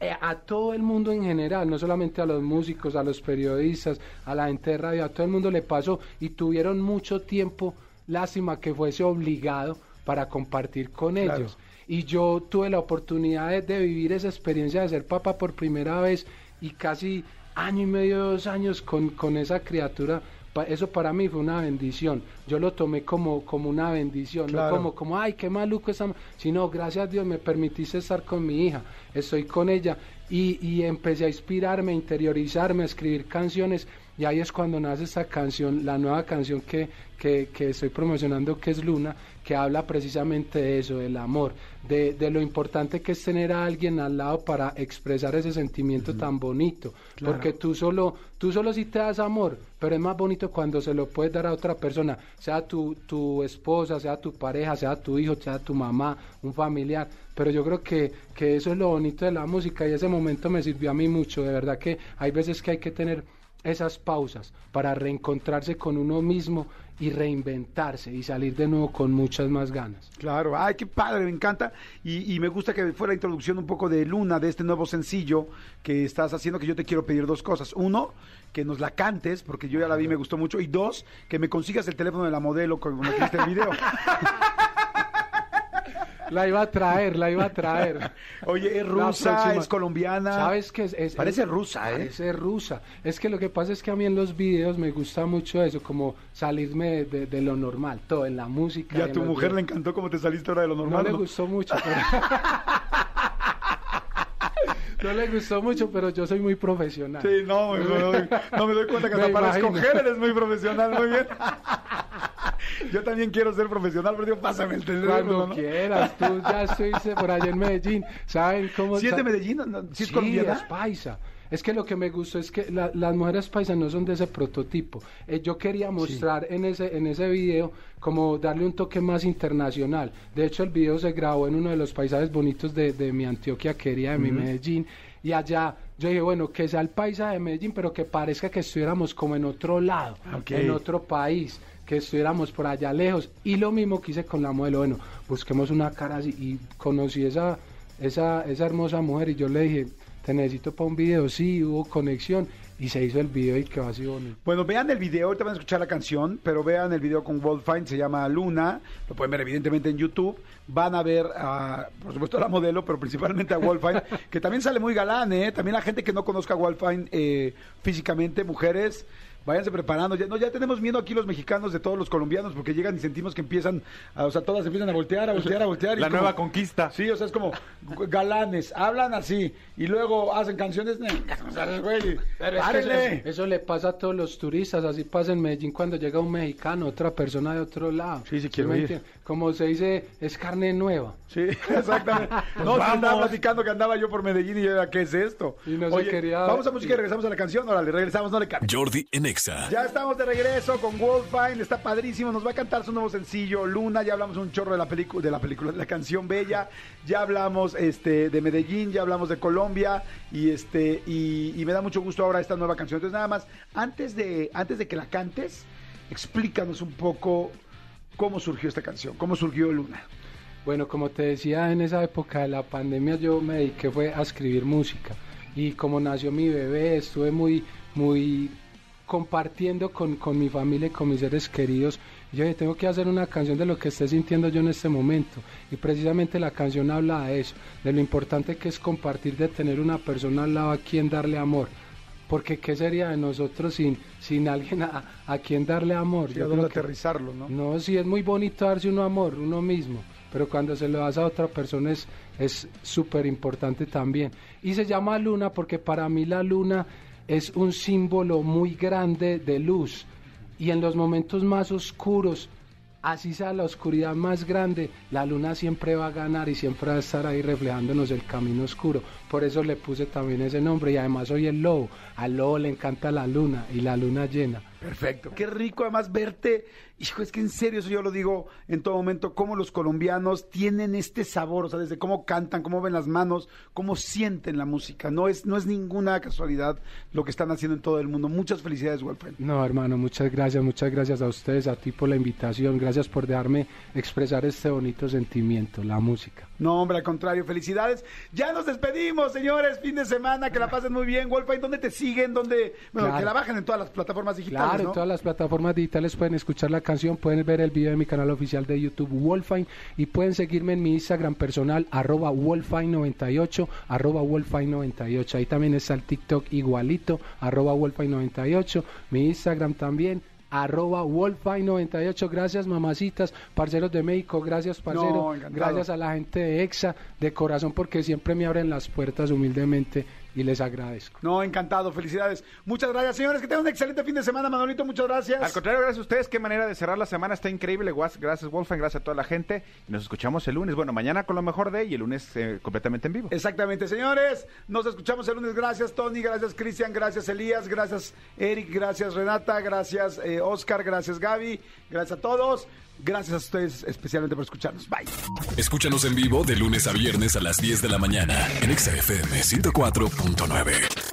[SPEAKER 8] eh, a todo el mundo en general, no solamente a los músicos, a los periodistas, a la gente de radio, a todo el mundo le pasó y tuvieron mucho tiempo, lástima que fuese obligado para compartir con ellos. Y yo tuve la oportunidad de, de vivir esa experiencia de ser papá por primera vez y casi año y medio, dos años con, con esa criatura. Pa- Eso para mí fue una bendición. Yo lo tomé como, como una bendición,
[SPEAKER 2] Claro.
[SPEAKER 8] no como como, ay, qué maluco esa... ma-". Sino, gracias a Dios, me permitiste estar con mi hija, estoy con ella. Y, y empecé a inspirarme, a interiorizarme, a escribir canciones. Y ahí es cuando nace esta canción, la nueva canción que, que, que estoy promocionando, que es Luna, que habla precisamente de eso, del amor, de, de lo importante que es tener a alguien al lado para expresar ese sentimiento tan bonito. Porque tú solo, tú solo sí te das amor, pero es más bonito cuando se lo puedes dar a otra persona, sea tu, tu esposa, sea tu pareja, sea tu hijo, sea tu mamá, un familiar. Pero yo creo que, que eso es lo bonito de la música y ese momento me sirvió a mí mucho. De verdad que hay veces que hay que tener esas pausas para reencontrarse con uno mismo y reinventarse y salir de nuevo con muchas más ganas.
[SPEAKER 2] Claro, ay, qué padre, me encanta. Y, y me gusta que fue la introducción un poco de Luna, de este nuevo sencillo que estás haciendo, que yo te quiero pedir dos cosas. Uno, que nos la cantes, porque yo ya la vi, me gustó mucho. Y dos, que me consigas el teléfono de la modelo como me hiciste el video.
[SPEAKER 8] La iba a traer, la iba a traer.
[SPEAKER 2] Oye, es
[SPEAKER 8] La
[SPEAKER 2] rusa,
[SPEAKER 8] próxima.
[SPEAKER 2] es colombiana.
[SPEAKER 8] ¿Sabes qué? Es, es-
[SPEAKER 2] Parece
[SPEAKER 8] es-
[SPEAKER 2] rusa, ¿eh?
[SPEAKER 8] Parece rusa. Es que lo que pasa es que a mí en los videos me gusta mucho eso, como salirme de, de- de lo normal, todo, en la música.
[SPEAKER 2] Y a
[SPEAKER 8] en
[SPEAKER 2] tu
[SPEAKER 8] los
[SPEAKER 2] mujer le
[SPEAKER 8] videos.
[SPEAKER 2] encantó cómo te saliste ahora de lo
[SPEAKER 8] No
[SPEAKER 2] normal.
[SPEAKER 8] le
[SPEAKER 2] ¿no?
[SPEAKER 8] gustó mucho, pero... No le gustó mucho, pero yo soy muy profesional.
[SPEAKER 2] Sí, no, me- me doy- no me doy cuenta que
[SPEAKER 8] Me
[SPEAKER 2] hasta para
[SPEAKER 8] imagino.
[SPEAKER 2] escoger eres muy profesional, muy bien. Yo también quiero ser profesional, pero digo, pásame el teléfono.
[SPEAKER 8] Cuando
[SPEAKER 2] ¿no?
[SPEAKER 8] quieras, tú ya estuviste por allá en Medellín. ¿Saben cómo
[SPEAKER 2] ¿Sí es de
[SPEAKER 8] sa-
[SPEAKER 2] Medellín? ¿No? ¿Sí ¿ah? es
[SPEAKER 8] Sí,
[SPEAKER 2] colombiana?
[SPEAKER 8] es paisa. Es que lo que me gustó es que la- las mujeres paisas no son de ese prototipo. Eh, yo quería mostrar en ese en ese video como darle un toque más internacional. De hecho, el video se grabó en uno de los paisajes bonitos de, de mi Antioquia querida, de mi Medellín. Y allá yo dije, bueno, que sea el paisa de Medellín, pero que parezca que estuviéramos como en otro lado, en otro país, que estuviéramos por allá lejos. Y lo mismo que hice con la modelo, bueno, busquemos una cara así. Y conocí esa esa, esa hermosa mujer y yo le dije, te necesito para un video, sí, hubo conexión y se hizo el video y quedó así bonito.
[SPEAKER 2] Bueno, vean el video, ahorita van a escuchar la canción, pero vean el video con Goldfine, se llama Luna, lo pueden ver evidentemente en YouTube, van a ver, a, por supuesto, a la modelo, pero principalmente a Goldfine, que también sale muy galán, ¿eh? También la gente que no conozca a Goldfine eh, físicamente, mujeres, váyanse preparando, ya, no, ya tenemos miedo aquí los mexicanos de todos los colombianos, porque llegan y sentimos que empiezan, a- o sea, todas empiezan a voltear, a voltear, a voltear. y
[SPEAKER 7] La
[SPEAKER 2] como-
[SPEAKER 7] nueva conquista.
[SPEAKER 2] Sí, o sea, es como galanes, hablan así, y luego hacen canciones, ¿no? o sea, güey,
[SPEAKER 8] Pero es que eso,
[SPEAKER 2] párenle.
[SPEAKER 8] eso le pasa a todos los turistas, así pasa en Medellín cuando llega un mexicano, otra persona de otro lado.
[SPEAKER 2] Sí, sí, quiero
[SPEAKER 8] me
[SPEAKER 2] ir.
[SPEAKER 8] entiende? Como se dice, es carne nueva.
[SPEAKER 2] Sí, exactamente.
[SPEAKER 8] Pues
[SPEAKER 2] no, te estaba platicando que andaba yo por Medellín y yo era, ¿qué es esto?
[SPEAKER 8] Y no se quería-
[SPEAKER 2] Vamos a música y regresamos a la canción. Órale, regresamos, no le cambies.
[SPEAKER 1] Jordi en Exa.
[SPEAKER 2] Ya estamos de regreso con Wolfine, está padrísimo, nos va a cantar su nuevo sencillo, Luna, ya hablamos un chorro de la película, de la película, de la canción Bella, ya hablamos este de Medellín, ya hablamos de Colombia, y este, y, y me da mucho gusto ahora esta nueva canción. Entonces, nada más, antes de, antes de que la cantes, explícanos un poco cómo surgió esta canción, cómo surgió Luna.
[SPEAKER 8] Bueno, como te decía, en esa época de la pandemia yo me dediqué fue a escribir música. Y como nació mi bebé, estuve muy, muy compartiendo con, con mi familia y con mis seres queridos. Y Yo dije, tengo que hacer una canción de lo que esté sintiendo yo en este momento. Y precisamente la canción habla de eso, de lo importante que es compartir, de tener una persona al lado a quien darle amor. Porque ¿qué sería de nosotros sin, sin alguien a, a quien darle amor?
[SPEAKER 2] ¿A
[SPEAKER 8] Yo
[SPEAKER 2] dónde
[SPEAKER 8] creo que-
[SPEAKER 2] aterrizarlo, no?
[SPEAKER 8] no, sí, es muy bonito darse uno amor, uno mismo, pero cuando se lo das a otra persona es es súper importante también. Y se llama luna porque para mí la luna es un símbolo muy grande de luz. Y en los momentos más oscuros, así sea la oscuridad más grande, la luna siempre va a ganar y siempre va a estar ahí reflejándonos el camino oscuro. Por eso le puse también ese nombre y además soy el lobo. Al lobo le encanta la luna y la luna llena.
[SPEAKER 2] Perfecto. Qué rico además verte. Hijo, es que en serio, eso yo lo digo en todo momento, cómo los colombianos tienen este sabor, o sea, desde cómo cantan, cómo ven las manos, cómo sienten la música. No es, no es ninguna casualidad lo que están haciendo en todo el mundo. Muchas felicidades, Wolfram.
[SPEAKER 8] No, hermano, muchas gracias, muchas gracias a ustedes, a ti por la invitación, gracias por dejarme expresar este bonito sentimiento, la música.
[SPEAKER 2] No, hombre, al contrario, felicidades. Ya nos despedimos, señores. Fin de semana, que la pasen muy bien. Wolfram, ¿dónde te siguen? ¿Dónde? Bueno,
[SPEAKER 8] Claro.
[SPEAKER 2] que la bajen en todas las plataformas digitales,
[SPEAKER 8] Claro,
[SPEAKER 2] ¿no?
[SPEAKER 8] en todas las plataformas digitales pueden escuchar la canción, pueden ver el video de mi canal oficial de YouTube, Wolfine, y pueden seguirme en mi Instagram personal, arroba Wolfine98, arroba Wolfine98. Ahí también está el TikTok igualito, arroba Wolfine98, mi Instagram también. Arroba Wolfine98, gracias mamacitas, parceros de México, gracias
[SPEAKER 2] No,
[SPEAKER 8] parceros,
[SPEAKER 2] encantado.
[SPEAKER 8] gracias a la gente de EXA, de corazón, porque siempre me abren las puertas humildemente y les agradezco.
[SPEAKER 2] No, encantado, felicidades. Muchas gracias, señores. Que tengan un excelente fin de semana, Manolito. Muchas gracias.
[SPEAKER 5] Al contrario, gracias a ustedes. Qué manera de cerrar la semana. Está increíble. Guas- Gracias, Wolfgang. Gracias a toda la gente. Y nos escuchamos el lunes. Bueno, mañana con lo mejor de y el lunes eh, completamente en vivo.
[SPEAKER 2] Exactamente, señores. Nos escuchamos el lunes. Gracias, Tony. Gracias, Cristian. Gracias, Elías. Gracias, Eric. Gracias, Renata. Gracias, eh, Oscar. Gracias, Gaby. Gracias a todos. Gracias a ustedes especialmente por escucharnos. Bye.
[SPEAKER 1] Escúchanos en vivo de lunes a viernes a las 10 de la mañana en Exa FM 104.9.